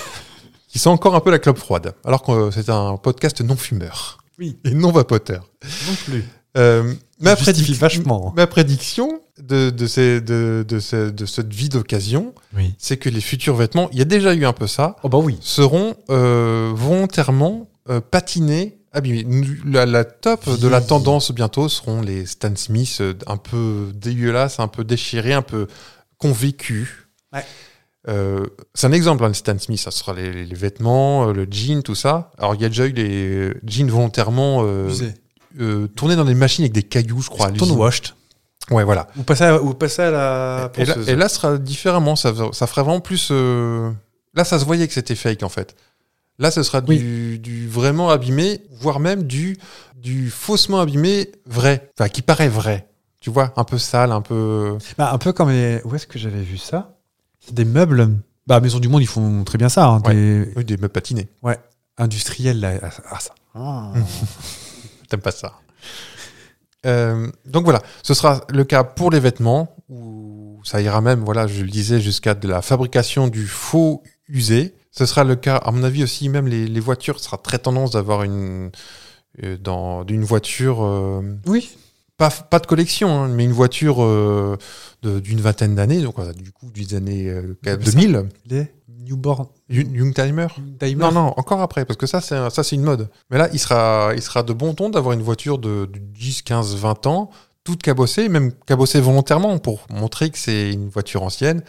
B: qui sent encore un peu la clope froide, alors que euh, c'est un podcast non fumeur
A: Oui.
B: et non vapoteur.
A: Non plus.
B: Euh, ma,
A: justifie
B: prédic-
A: vachement.
B: ma prédiction de, de, ces- de, de, ces- de cette vie d'occasion,
A: Oui.
B: c'est que les futurs vêtements, il y a déjà eu un peu ça,
A: Oh bah oui.
B: seront euh, volontairement euh, patinés, abîmés. Nous- La, la top de la
A: Vieillis.
B: tendance bientôt seront les Stan Smith euh, un peu dégueulasses, un peu déchirés, un peu convaincus.
A: Ouais.
B: Euh, c'est un exemple, hein, le Stan Smith, ça sera les, les- les vêtements, euh, le jean, tout ça. Alors il y a déjà eu les jeans volontairement euh, euh, tournés dans des machines avec des cailloux, je crois. à l'usine.
A: Ton washed.
B: Ouais, voilà.
A: Ou passer à, ou passer à la
B: Et là,
A: ponceuse.
B: et là, ce sera différemment. Ça, ça ferait vraiment plus. euh, Là, ça se voyait que c'était fake, en fait. Là, ce sera
A: Oui.
B: du, du vraiment abîmé, voire même du, du faussement abîmé vrai. Enfin, qui paraît vrai. Tu vois, un peu sale, un peu.
A: Bah, un peu comme les... Où est-ce que j'avais vu ça C'est des meubles. Bah, Maison du Monde, ils font très bien ça. hein, Des
B: Oui, euh, des meubles patinés.
A: industriels, là. Ah, ah, ça.
B: T'aimes pas ça. Euh, donc voilà, ce sera le cas pour les vêtements, où ça ira même, voilà, je le disais, jusqu'à de la fabrication du faux usé. Ce sera le cas, à mon avis aussi, même les, les voitures, ce sera très tendance d'avoir une, euh, dans- d'une voiture, euh,
A: Oui.
B: pas, pas de collection, hein, mais une voiture euh, de- d'une vingtaine d'années, donc euh, du coup, des années euh,
A: Mais ça-
B: 2000.
A: Les newborn
B: Young- Youngtimer
A: Dimer.
B: non, non, encore après, parce que ça, c'est un- ça, c'est une mode. Mais là, il sera, il sera de bon ton d'avoir une voiture de, de 10, 15, 20 ans, toute cabossée, même cabossée volontairement pour montrer que c'est une voiture ancienne,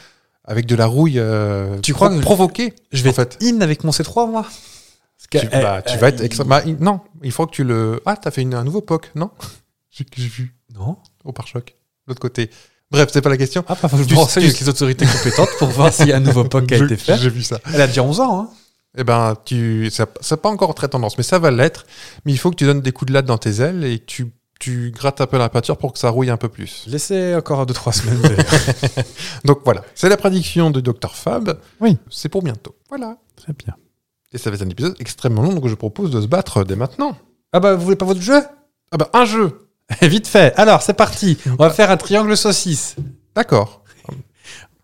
B: avec de la rouille. euh,
A: Tu crois que-
B: provoquée
A: Je vais
B: en fait.
A: in avec mon C3, moi. Parce que,
B: Tu,
A: eh,
B: bah, tu
A: eh,
B: vas être.
A: il-
B: extra- bah, il- non, il faut que tu le. Ah, t'as fait une- un nouveau POC, non J'ai j'ai vu
A: Non.
B: au pare-choc, de l'autre côté. Bref, c'est pas la question.
A: Ah, pas faut que je
B: Tu-
A: me renseigne
B: tu-
A: avec les autorités compétentes pour voir si un
B: <laughs>
A: nouveau POC a
B: Je-
A: été fait.
B: J'ai vu ça.
A: Elle a déjà 11 ans, hein.
B: Eh ben, tu, ça, ça pas encore très tendance, mais ça va l'être. Mais il faut que tu donnes des coups de latte dans tes ailes et que tu, tu grattes un peu la peinture pour que ça rouille un peu plus.
A: Laissez encore 2-3 semaines. d'ailleurs.
B: Donc voilà, c'est la prédiction de Dr Fab.
A: Oui.
B: C'est pour bientôt. Voilà.
A: <laughs> Très bien.
B: Et ça va être un épisode extrêmement long, donc je propose de se battre dès maintenant.
A: Ah bah, vous voulez pas votre jeu
B: Ah ben, un jeu
A: <laughs> Vite fait. Alors, c'est parti. On va faire un triangle saucisse.
B: D'accord.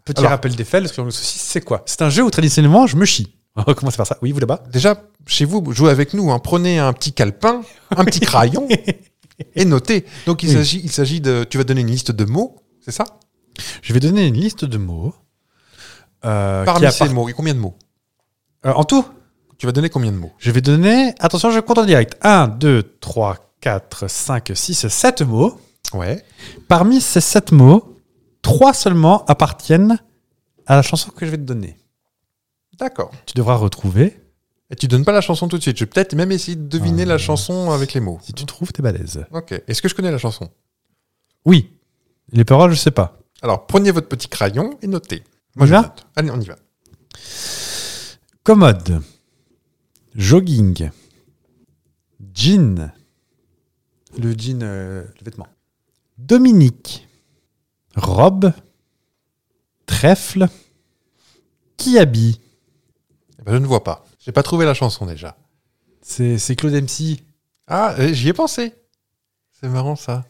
A: Petit
B: Alors.
A: rappel des faits, le triangle saucisse, c'est quoi C'est un jeu où traditionnellement, je me chie. <laughs> On va commencer par ça. Oui, vous là-bas <laughs>
B: Déjà, chez vous, jouez avec nous. hein. Prenez un petit calepin,
A: <laughs>
B: un petit crayon et notez. Donc il
A: Oui. Euh,
B: s'agit- il s'agit de... Tu vas donner une liste de mots, c'est ça
A: Je vais donner une liste de mots. euh, qui
B: Parmi ces
A: appart-
B: mots, et combien de mots
A: Euh, en tout
B: Tu vas donner combien de mots
A: Je vais donner. Attention, je compte en direct. 1, 2, 3, 4, 5, 6, 7 mots.
B: Ouais.
A: Parmi ces 7 mots, 3 seulement appartiennent à la chanson que je vais te donner.
B: D'accord.
A: Tu devras retrouver.
B: Et Eh, tu donnes pas la chanson tout de suite. Je vais peut-être même essayer de deviner
A: Ah.
B: la chanson avec les mots.
A: Si tu trouves, t'es balèze.
B: Ok. Est-ce que je connais la chanson
A: Oui. Les paroles, je sais pas.
B: Alors, prenez votre petit crayon et notez.
A: Moi,
B: Je
A: là
B: note. Allez, on y va.
A: Commode. Jogging. Jean. Le jean, euh, le vêtement. Dominique. Robe. Trèfle. Kiabi.
B: Eh ben, je ne vois pas. J'ai pas trouvé la chanson déjà.
A: C'est c'est Claude MC,
B: Ah, euh, j'y ai pensé. C'est marrant ça.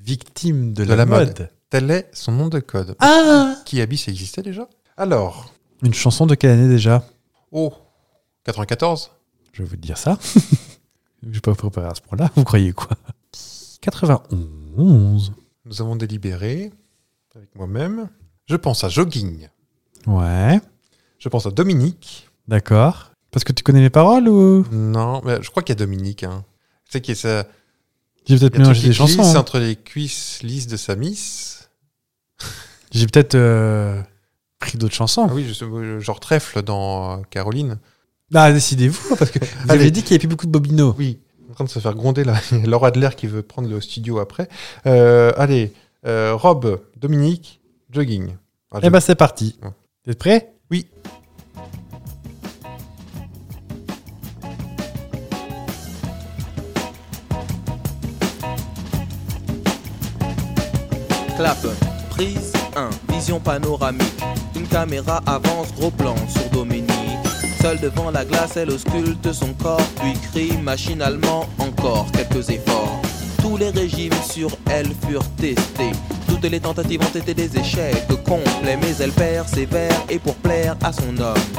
A: victime de,
B: De
A: la,
B: la
A: mode.
B: mode. Tel est son nom de code.
A: Ah
B: Qui habite, ça existait déjà Alors,
A: Une chanson de quelle année déjà
B: oh, 94
A: Je vais vous dire ça. <laughs> Je suis pas préparé à ce point-là. Vous croyez quoi 91.
B: Nous avons délibéré avec moi-même. Je pense à jogging.
A: Ouais,
B: Je pense à Dominique.
A: d'accord. Parce que tu connais les paroles ou
B: Non, mais je crois qu'il y a Dominique. Hein. Tu sais qu'il y a ça.
A: J'ai
B: il y
A: peut-être
B: a un truc
A: mélangé
B: qui
A: des chansons.
B: glisse
A: hein.
B: entre les cuisses lisses de sa miss.
A: J'ai peut-être euh, pris d'autres chansons.
B: Ah oui, je- genre trèfle dans euh, Caroline.
A: Ah, décidez-vous, parce que vous
B: Allez.
A: avez dit qu'il n'y avait plus beaucoup de Bobino.
B: Oui, en train de se faire gronder là. <laughs> Il y a Laura Adler qui veut prendre le studio après. Euh, allez, euh, Rob, Dominique, jogging. Ah,
A: Eh ben, c'est parti.
B: Ouais.
A: T'es prêt
B: Oui.
F: Clap, prise 1, vision panoramique. Une caméra avance, gros plan sur Dominique. Seule devant la glace, elle ausculte son corps, puis crie machinalement encore quelques efforts. Tous les régimes sur elle furent testés. Toutes les tentatives ont été des échecs complets, mais elle persévère et pour plaire à son homme.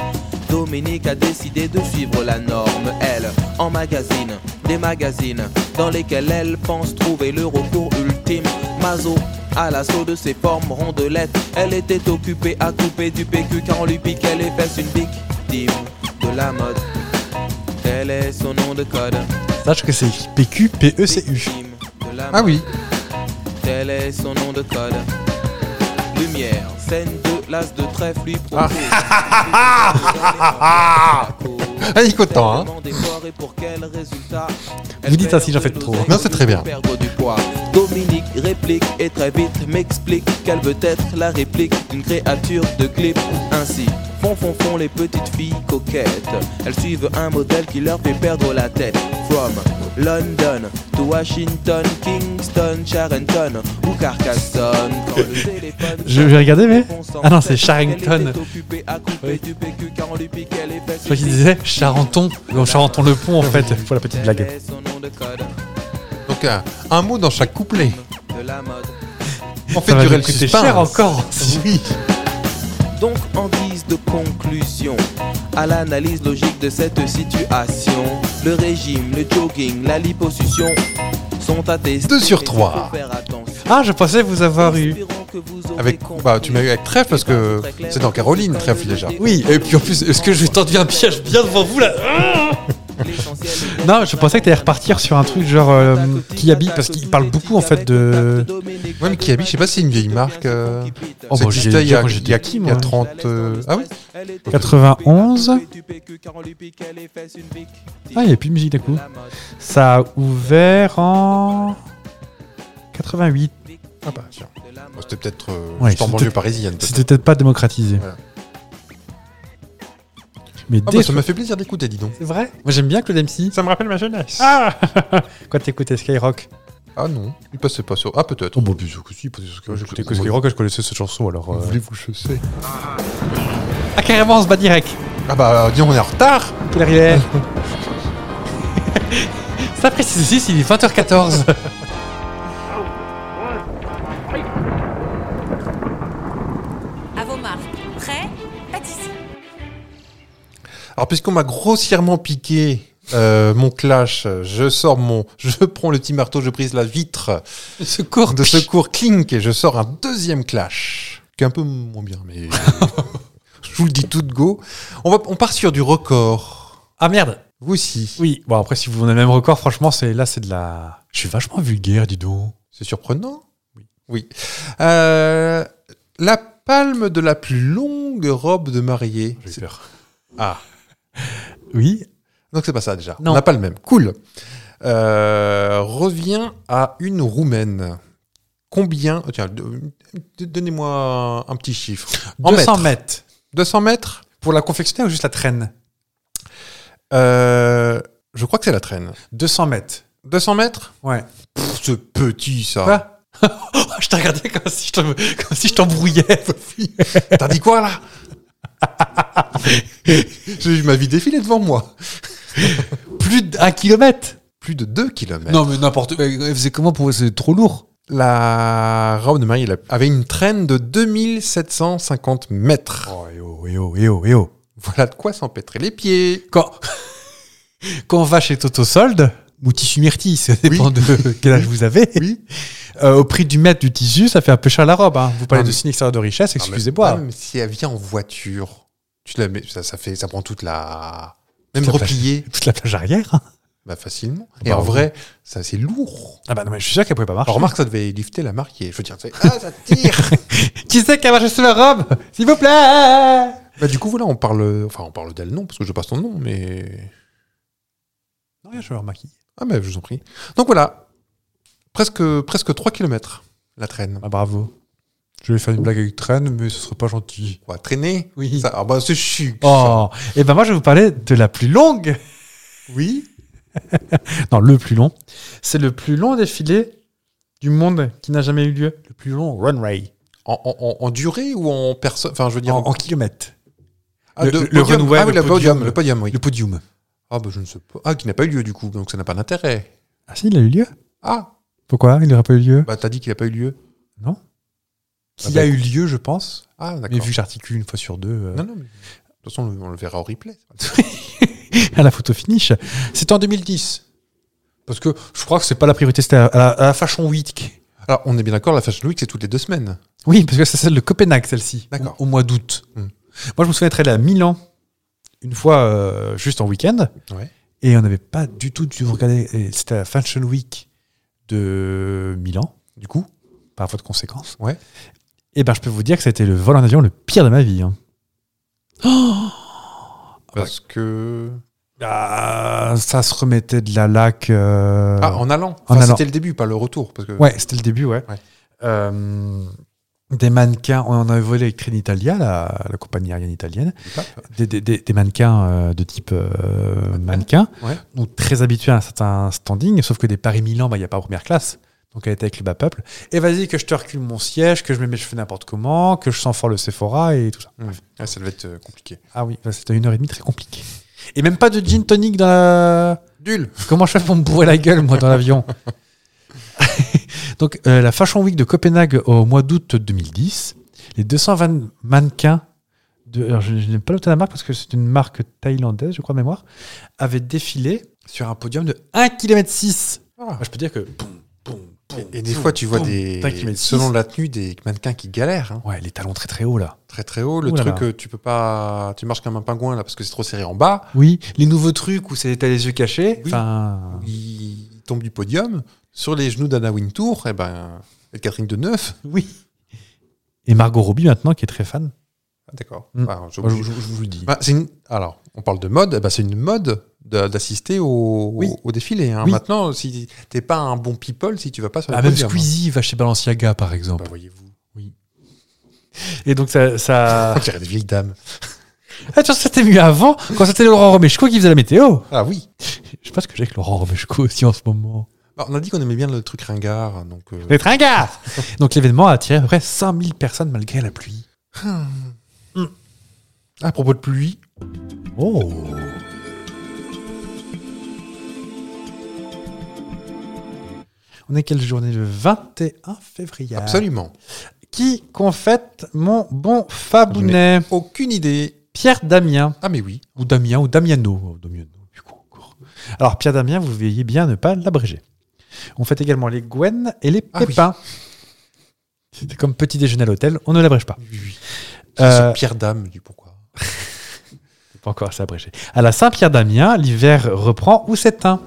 F: Dominique a décidé de suivre la norme, elle, en magazine, des magazines dans lesquels elle pense trouver le recours ultime. Mazo, à l'assaut de ses formes rondelettes, elle était occupée à couper du PQ car on lui piquait les fesses une victime de la mode. Tel est son nom de code.
A: Sache que c'est écrit PQPECU.
F: Victime de la
B: Ah oui,
F: Tel est son nom de code. Lumière, scène de l'as de trèfle lui propose.
B: <laughs> ah, il est content, hein.
F: Tellement d'efforts et pour quel résultat
A: Vous dites
F: Elle
A: ainsi, j'en fais
F: perd de
A: trop.
F: l'oseille
B: Non, c'est très bien.
F: pour perdre du poids. Dominique réplique et très vite m'explique qu'elle veut être la réplique d'une créature de clip. Ainsi, font font font les petites filles coquettes. Elles suivent un modèle qui leur fait perdre la tête. From London to Washington, Kingston, Charenton ou Carcassonne. Quand
A: <laughs>
F: le téléphone
A: Je vais regarder, mais.
F: sonne,
A: Ah non, c'est
F: elle
A: Charenton.
F: était occupée à couper
A: Oui.
F: du PQ car on lui piquait les fesses.
A: Je crois qu'il disait Charenton. Non, Charenton-le-Pont, en <laughs> fait, pour la petite
F: Tel
A: blague.
F: est son nom de code
B: donc un, un mot dans chaque couplet.
F: de la mode.
B: On
A: Ça
B: fait
A: va
B: durer
A: nous
B: le
A: coûter
B: suspense.
A: cher encore.
B: Oui.
F: Donc, en guise de conclusion, à l'analyse logique de cette situation, le régime, le jogging, la liposuction sont attestés.
B: Deux sur
F: Et
B: trois.
F: il faut faire attention.
A: Ah, je pensais vous avoir eu.
F: Espérons que vous aurez
B: Avec,
F: compris.
B: bah, tu m'as eu avec Trèfle parce que c'est dans Caroline, Trèfle déjà.
A: Oui, et puis en plus, est-ce que je vais tenter un piège bien devant vous là
F: L'essentiel-
A: Non, je pensais que t'allais repartir sur un truc genre euh, Kiabi, parce qu'il parle beaucoup en fait de.
B: Ouais, mais Kiabi, je sais pas si c'est une vieille marque, euh,
A: Oh,
B: Ça
A: bah, j'y ai
B: existait il y a,
A: déjà, moi, j'étais hein.
B: il y a-
A: petit,
B: il y a
A: moi.
B: 30. euh, ah oui
A: 91. Ah, il n'y a plus de musique d'un coup. Ça a ouvert en. 88.
B: Ah bah, tiens. Bon, C'était peut-être euh,
A: Ouais,
B: juste en
A: c'était-
B: banlieue parisienne. peut-être.
A: C'était peut-être pas démocratisé.
B: Voilà.
A: Mais
B: Ah
A: dès.
B: bah, ça m'a fait plaisir d'écouter, dis donc.
A: C'est vrai Moi j'aime bien Claude MC.
B: Ça me rappelle ma jeunesse. Ah,
A: Ah <laughs> Quand t'écoutais Skyrock
B: non, il passait pas sur. Ah peut-être.
A: bon, plus bah, que si,
B: j'écoutais
A: j'écoutais
B: que
A: que
B: Skyrock,
A: Skyrock, je connaissais cette chanson alors.
B: Voulez-vous que je sais
A: Ah, carrément, on se bat direct
B: Ah bah, dis on est en retard
A: Il arrivait <laughs> Ça précise 6, il est <laughs> 20h14
G: À vos marques. Prêt Pâtisserie.
B: Alors, puisqu'on m'a grossièrement piqué euh, mon clash, je sors mon. Je prends le petit marteau, je brise la vitre
A: Secours
B: de secours, clink, et je sors un deuxième clash. Qui est un peu moins bien,
A: <laughs>
B: mais. je vous le dis tout de go. On, va, on part sur du record.
A: Ah merde
B: Vous aussi.
A: Oui, bon après si vous avez le même record, franchement, c'est là c'est de la... Je suis vachement vulgaire, dis donc.
B: C'est surprenant. Oui. Euh, la palme de la plus longue robe de mariée. C'est- Ah.
A: Oui
B: Donc c'est pas ça déjà.
A: Non.
B: On n'a pas le même. Cool. Euh, revient à une roumaine. Combien euh, Tiens, de- de- donnez-moi un petit chiffre. En
A: 200
B: mètres.
A: mètres.
B: 200 mètres
A: Pour la confectionner ou juste la traîne
B: Euh, Je crois que c'est la traîne.
A: 200 mètres.
B: 200 mètres
A: Ouais.
B: Pff, C'est petit ça.
A: Quoi Ah, Je t'ai regardé comme si je t'em- <laughs> comme si je t'embrouillais.
B: T'as dit quoi là <laughs> J'ai eu ma vie défiler devant moi.
A: Plus d'un kilomètre
B: Plus de 2 km.
A: Non mais n'importe quoi, elle faisait comment pour... C'est trop lourd.
B: La robe de mariée elle avait une traîne de 2750 mètres.
A: Oh, et oh, et oh, et oh, et oh.
B: Voilà de quoi s'empêtrer les pieds.
A: Quand, <laughs> quand on va chez Toto Solde, ou Tissu Myrtille, ça dépend de quel âge vous avez, euh, au prix du mètre du tissu, ça fait un peu cher la robe. hein. Vous parlez
B: Non,
A: de
B: mais-
A: signe extérieur de richesse,
B: Non, mais-
A: excusez-moi.
B: non, mais si elle vient en voiture, tu la mets- ça, ça fait, ça prend toute la. Même
A: Toute la-
B: repliée,
A: Toute la plage arrière. hein.
B: bah, facilement. Et
A: Bah,
B: en
A: oui.
B: vrai, ça c'est lourd.
A: Ah bah non, mais je suis sûr qu'elle pouvait pas marcher.
B: Alors, remarque, ça devait lifter la mariée. Je veux dire, c'est- ah, ça
A: <laughs>
B: tire
A: Qui c'est qui a marché sur la robe S'il vous plaît
B: bah, Du coup, voilà, on parle. Enfin, on parle d'elle, non, parce que je passe son nom, mais.
A: Non, rien, je vais le remaquiller.
B: Ah, mais je vous en prie. Donc voilà, presque, presque 3 km la traîne.
A: Ah, bravo. Je vais faire une blague avec traîne, mais ce serait pas gentil.
B: Quoi, traîner
A: Oui.
B: Ça, ah, bah, c'est chic.
A: Oh, et ben moi je vais vous parler de la plus longue. Oui. <laughs> non, le plus long. C'est le plus long défilé du monde qui n'a jamais eu lieu. Le plus long runway.
B: En, en- en- en durée ou en personne Enfin, je veux
A: En,
B: dire.
A: en kilomètres.
B: Ah,
A: le-
B: de-
A: le
B: podium.
A: runway,
B: Ah oui,
A: le
B: le podium,
A: podium.
B: le podium, oui.
A: Le podium.
B: Ah, bah, je ne sais pas. Ah, qui n'a pas eu lieu, du coup, donc ça n'a pas d'intérêt.
A: Ah si, il a eu lieu.
B: Ah,
A: Pourquoi Il n'aurait pas eu lieu
B: bah, t'as dit qu'il n'a pas eu lieu.
A: Non. S'il
B: Ah bah,
A: a eu lieu, je pense.
B: Ah, d'accord.
A: Mais vu que j'articule une fois sur deux. euh,
B: Non, non, mais. De toute façon, on le- on le verra en replay.
A: <laughs> à la photo finish. C'était en 2010. Parce que je crois que c'est pas la priorité, c'était à, la- à la Fashion Week.
B: Alors, Ah, on est bien d'accord, la Fashion Week, c'est toutes les deux semaines.
A: Oui, parce que c'est celle de Copenhague, celle-ci.
B: D'accord.
A: Au, au mois d'août.
B: Hmm.
A: Moi, je me souviens être allé à Milan, une fois, euh, juste en week-end.
B: Ouais.
A: Et on n'avait pas du tout dû regarder. et C'était la Fashion Week de Milan,
B: Du coup
A: par voie de conséquence.
B: Ouais.
A: Et ben, je peux vous dire que c'était le vol en avion le pire de ma vie. hein.
B: Parce
A: Euh,
B: que.
A: Ah, ça se remettait de la laque. euh,
B: Ah, en allant.
A: en
B: Enfin,
A: allant.
B: c'était le début, pas le retour. Parce que...
A: Ouais, c'était le début, ouais.
B: Ouais.
A: Euh, des mannequins, on en avait volé avec Trenitalia, la, la compagnie aérienne italienne, des, des- des- des mannequins euh, de type euh, mannequin,
B: Ouais.
A: donc très habitués à un certain standing, sauf que des Paris-Milan, bah, il n'y a pas première classe. Donc elle était avec le bas peuple. Et vas-y, que je te recule mon siège, que je mets mes cheveux n'importe comment, que je sens fort le Sephora et tout ça.
B: Ouais. Ah, ça devait être euh, compliqué.
A: Ah oui, bah, c'était une heure et demie très compliquée. Et même pas de gin tonic dans la,
B: Dul
A: Comment je fais pour me bourrer la gueule, moi, dans l'avion <laughs> Donc, euh, la Fashion Week de Copenhague au mois d'août 2010, les 220 mannequins, de, alors, je, je n'ai pas noté la marque parce que c'est une marque thaïlandaise, je crois, de mémoire, avaient défilé sur un podium de 1 km. je peux dire que. boum, boum, boum,
B: Et des
A: boum,
B: fois, tu vois
A: boum,
B: des.
A: tac, ils mettent
B: Selon
A: six.
B: la tenue, des mannequins qui galèrent. hein.
A: Ouais, les talons très très hauts, là.
B: Très très haut. Le
A: Ouh là
B: truc,
A: là.
B: euh, tu peux pas. Tu marches comme un pingouin là parce que c'est trop serré en bas.
A: Oui, les nouveaux trucs où c'est- t'as les yeux cachés.
B: Oui.
A: Enfin.
B: Il tombe du podium. Sur les genoux d'Anna Wintour, et ben. Et Catherine de Neuf.
A: Oui. Et Margot Robbie, maintenant, qui est très fan.
B: Ah, D'accord.
A: Mm.
B: Ah, j'ai
A: Moi, je,
B: oublié.
A: je- je vous le dis.
B: Bah, c'est une- Alors, on parle de mode, eh ben, c'est une mode de- d'assister au,
A: Oui.
B: au défilé. hein.
A: Oui.
B: Maintenant, si t'es pas un bon people, si tu vas pas sur le
A: Ah, même
B: podium, hein.
A: Squeezie va chez Balenciaga, par exemple.
B: Bah, voyez-vous.
A: Et donc ça. ça...
B: Ah,
A: <laughs>
B: on dirait des vieilles dames.
A: ah, tu vois, c'était mieux avant, quand c'était Laurent Romeshko qui faisait la météo.
B: Ah oui.
A: Je sais pas ce que j'ai avec Laurent Romeshko aussi en ce moment.
B: Bah, on a dit qu'on aimait bien le truc ringard, donc. euh,
A: Les tringards <laughs> Donc l'événement a attiré à peu près 100 000 personnes malgré la pluie. Hmm. Ah,
B: À propos de pluie,
A: Oh On est quelle journée Le 21 février.
B: absolument.
A: Qui qu'on fête mon bon Fabounet
B: Aucune idée.
A: Pierre Damien.
B: Ah mais oui.
A: Ou Damien, ou Damiano. Oh, Damiano, du coup, encore. Alors, Pierre Damien, vous veillez bien ne pas l'abréger. On fait également les Gwen et les
B: Ah oui.
A: Pépins. C'est comme petit déjeuner à l'hôtel, on ne l'abrège pas.
B: C'est
A: Euh,
B: sur Pierre Dame, du pourquoi.
A: C'est Pas encore assez abrégé. À la Saint-Pierre d'Amiens, l'hiver reprend ou s'éteint.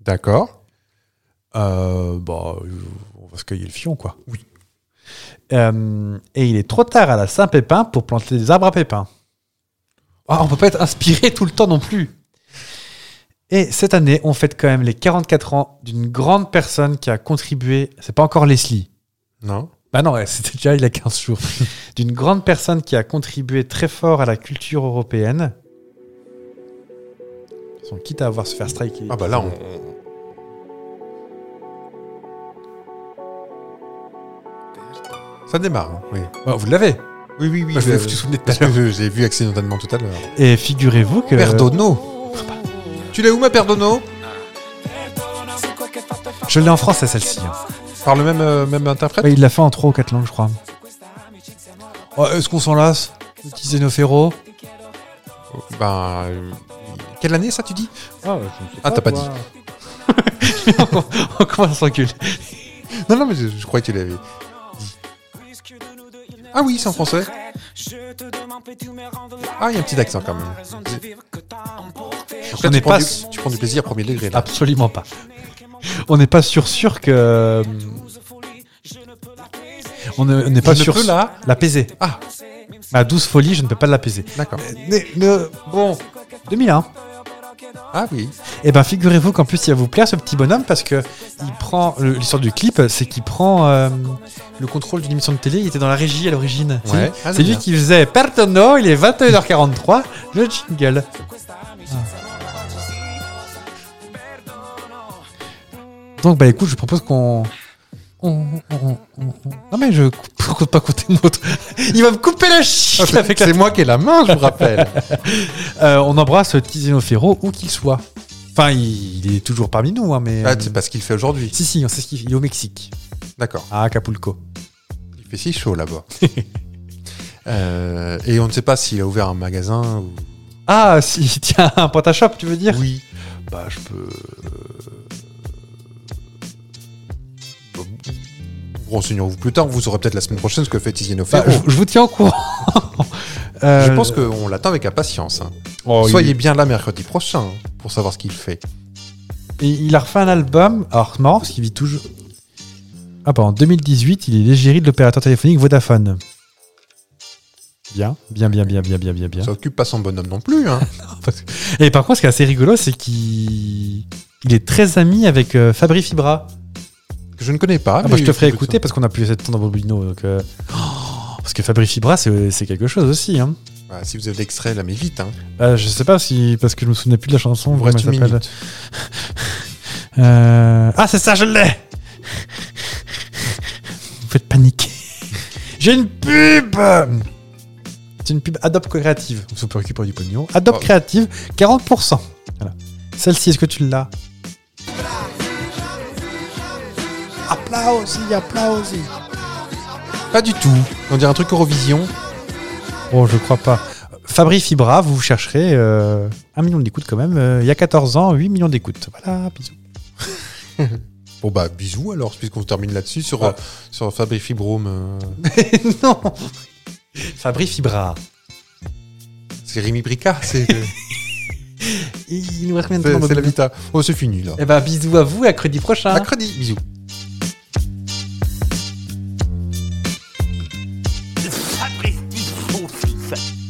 B: D'accord.
A: Euh, bah, euh, on va se cueillir le fion, quoi. Oui. et il est trop tard à la Saint-Pépin pour planter des arbres à pépins. Ah, on peut pas être inspiré tout le temps non plus. Et cette année, on fête quand même les 44 ans d'une grande personne qui a contribué. C'est pas encore Leslie.
B: Non.
A: Bah non, ouais, c'était déjà il y a 15 <laughs> jours. d'une grande personne qui a contribué très fort à la culture européenne. De toute façon, Quitte à avoir se faire striker.
B: Ah bah là on. on- Ça démarre. hein, Oui.
A: Bah, vous l'avez.
B: Oui oui oui.
A: Bah, je me
B: euh,
A: suis souvenu de tout à
B: parce que je- j'ai vu accidentellement tout à l'heure.
A: Et figurez-vous que.
B: Perdono. Eh ben, euh, Tu l'as où ma Perdono
A: Je l'ai en français celle-ci. hein.
B: Par le même euh, même interprète.
A: Ouais, il l'a fait en trois ou quatre langues, je crois. Oh, Est-ce qu'on s'en lasse Petit Zénophero
B: Ben. euh, Quelle année ça tu dis
A: Ah,
B: Ah t'as pas dit.
A: <laughs> On commence à s'enculer.
B: Non, non, mais je, je crois que tu l'avais. Ah oui, c'est en français. Ah, il y a un petit accent quand même.
A: On
B: Là,
A: n'est
B: tu, prends
A: pas
B: du,
A: s-
B: tu prends du plaisir premier degré là.
A: Absolument pas. On n'est pas sûr sûr que. euh, On ne- on n'est pas
B: Je ne
A: sûr
B: peux là
A: l'apaiser.
B: Ah,
A: Ma douce folie, je ne peux pas l'apaiser.
B: d'accord.
A: Mais- mais- bon, 2001.
B: Ah oui.
A: Eh ben, figurez-vous qu'en plus, il va vous plaire ce petit bonhomme parce que il prend le- l'histoire du clip, c'est qu'il prend euh, le contrôle d'une émission de télé. Il était dans la régie à l'origine. C'est
B: Ouais.
A: lui-
B: Ah,
A: C'est lui
B: bien.
A: qui faisait Pertono. Il est 21h43. Le jingle. Ah. Donc, bah écoute, je propose qu'on. on- on- on- on- Non mais je <laughs> ne pas côté l'autre. Il va me couper la chic
B: Ah, c'est
A: avec la
B: c'est moi qui ai la main, je vous <laughs> rappelle.
A: euh, on embrasse Tiziano Ferro où qu'il soit. Enfin, il, il est toujours parmi nous, hein, mais.
B: Ah,
A: euh,
B: c'est pas ce qu'il fait aujourd'hui.
A: Si, si, on sait ce qu'il fait. Il est au Mexique,
B: D'accord.
A: à Acapulco.
B: Il fait si
A: <laughs>
B: chaud là-bas. Euh, et on ne sait pas s'il a ouvert un magasin ou.
A: Ah, si, <laughs> tiens, un point à shop, tu veux dire
B: Oui. Bah, je peux. euh, Bon, Renseignons-vous plus tard, vous aurez peut-être la semaine prochaine ce que fait Tiziano
A: Bah,
B: Ferro.
A: je, je vous tiens au courant. <laughs>
B: je
A: Euh,
B: pense qu'on l'attend avec impatience. hein.
A: oh, il-
B: Soyez bien là mercredi prochain hein, pour savoir ce qu'il fait.
A: il, il a refait un album. Alors, c'est marrant, parce qu'il vit toujours. Ah, bah, en 2018, il est l'égérie de l'opérateur téléphonique Vodafone. Bien, bien, bien, bien, bien, bien, bien, bien.
B: Ça occupe pas son bonhomme non
A: <laughs>
B: plus. hein.
A: Et par contre, ce qui est assez rigolo, c'est qu'il il est très ami avec euh, Fabri Fibra.
B: que je ne connais pas.
A: Ah bah,
B: mais
A: je te ferai
B: écoute,
A: écouter parce qu'on a plus assez de temps dans Bobino. Donc, euh, oh, parce que Fabrice Fibra, c'est c'est quelque chose aussi. Hein.
B: bah, si vous avez l'extrait, là, mais vite. Hein.
A: Euh, je sais pas si. Parce que je me souvenais plus de la chanson.
B: Il vous
A: comment
B: reste
A: elle
B: une
A: s'appelle.
B: minute.
A: Euh, Ah, c'est ça, je l'ai Vous faites paniquer. J'ai une pub C'est une pub Adobe Creative. On peut récupérer du pognon. Adobe
B: Oh.
A: Creative, 40%. Voilà. Celle-ci, est-ce que tu l'as
B: Applausi, applausi. Pas du tout. On dirait un truc Eurovision.
A: Bon, je crois pas. Fabri Fibra, vous chercherez euh, un million d'écoutes quand même. Euh, il y a 14 ans, 8 millions d'écoutes. Voilà, bisous.
B: Bon bah bisous alors, puisqu'on termine là-dessus sur,
A: Ah.
B: euh, sur Fabrice Fibrome. euh,
A: <laughs> non Fabri Fibra.
B: c'est Rémi Bricard, c'est c'est-
A: Il il nous reste combien de temps dans
B: c'est
A: Bobino
B: la vita. Oh c'est fini là.
A: Eh ben, bisous à vous, à mercredi prochain.
B: Mercredi, bisous.
D: Fabrice dit son fils.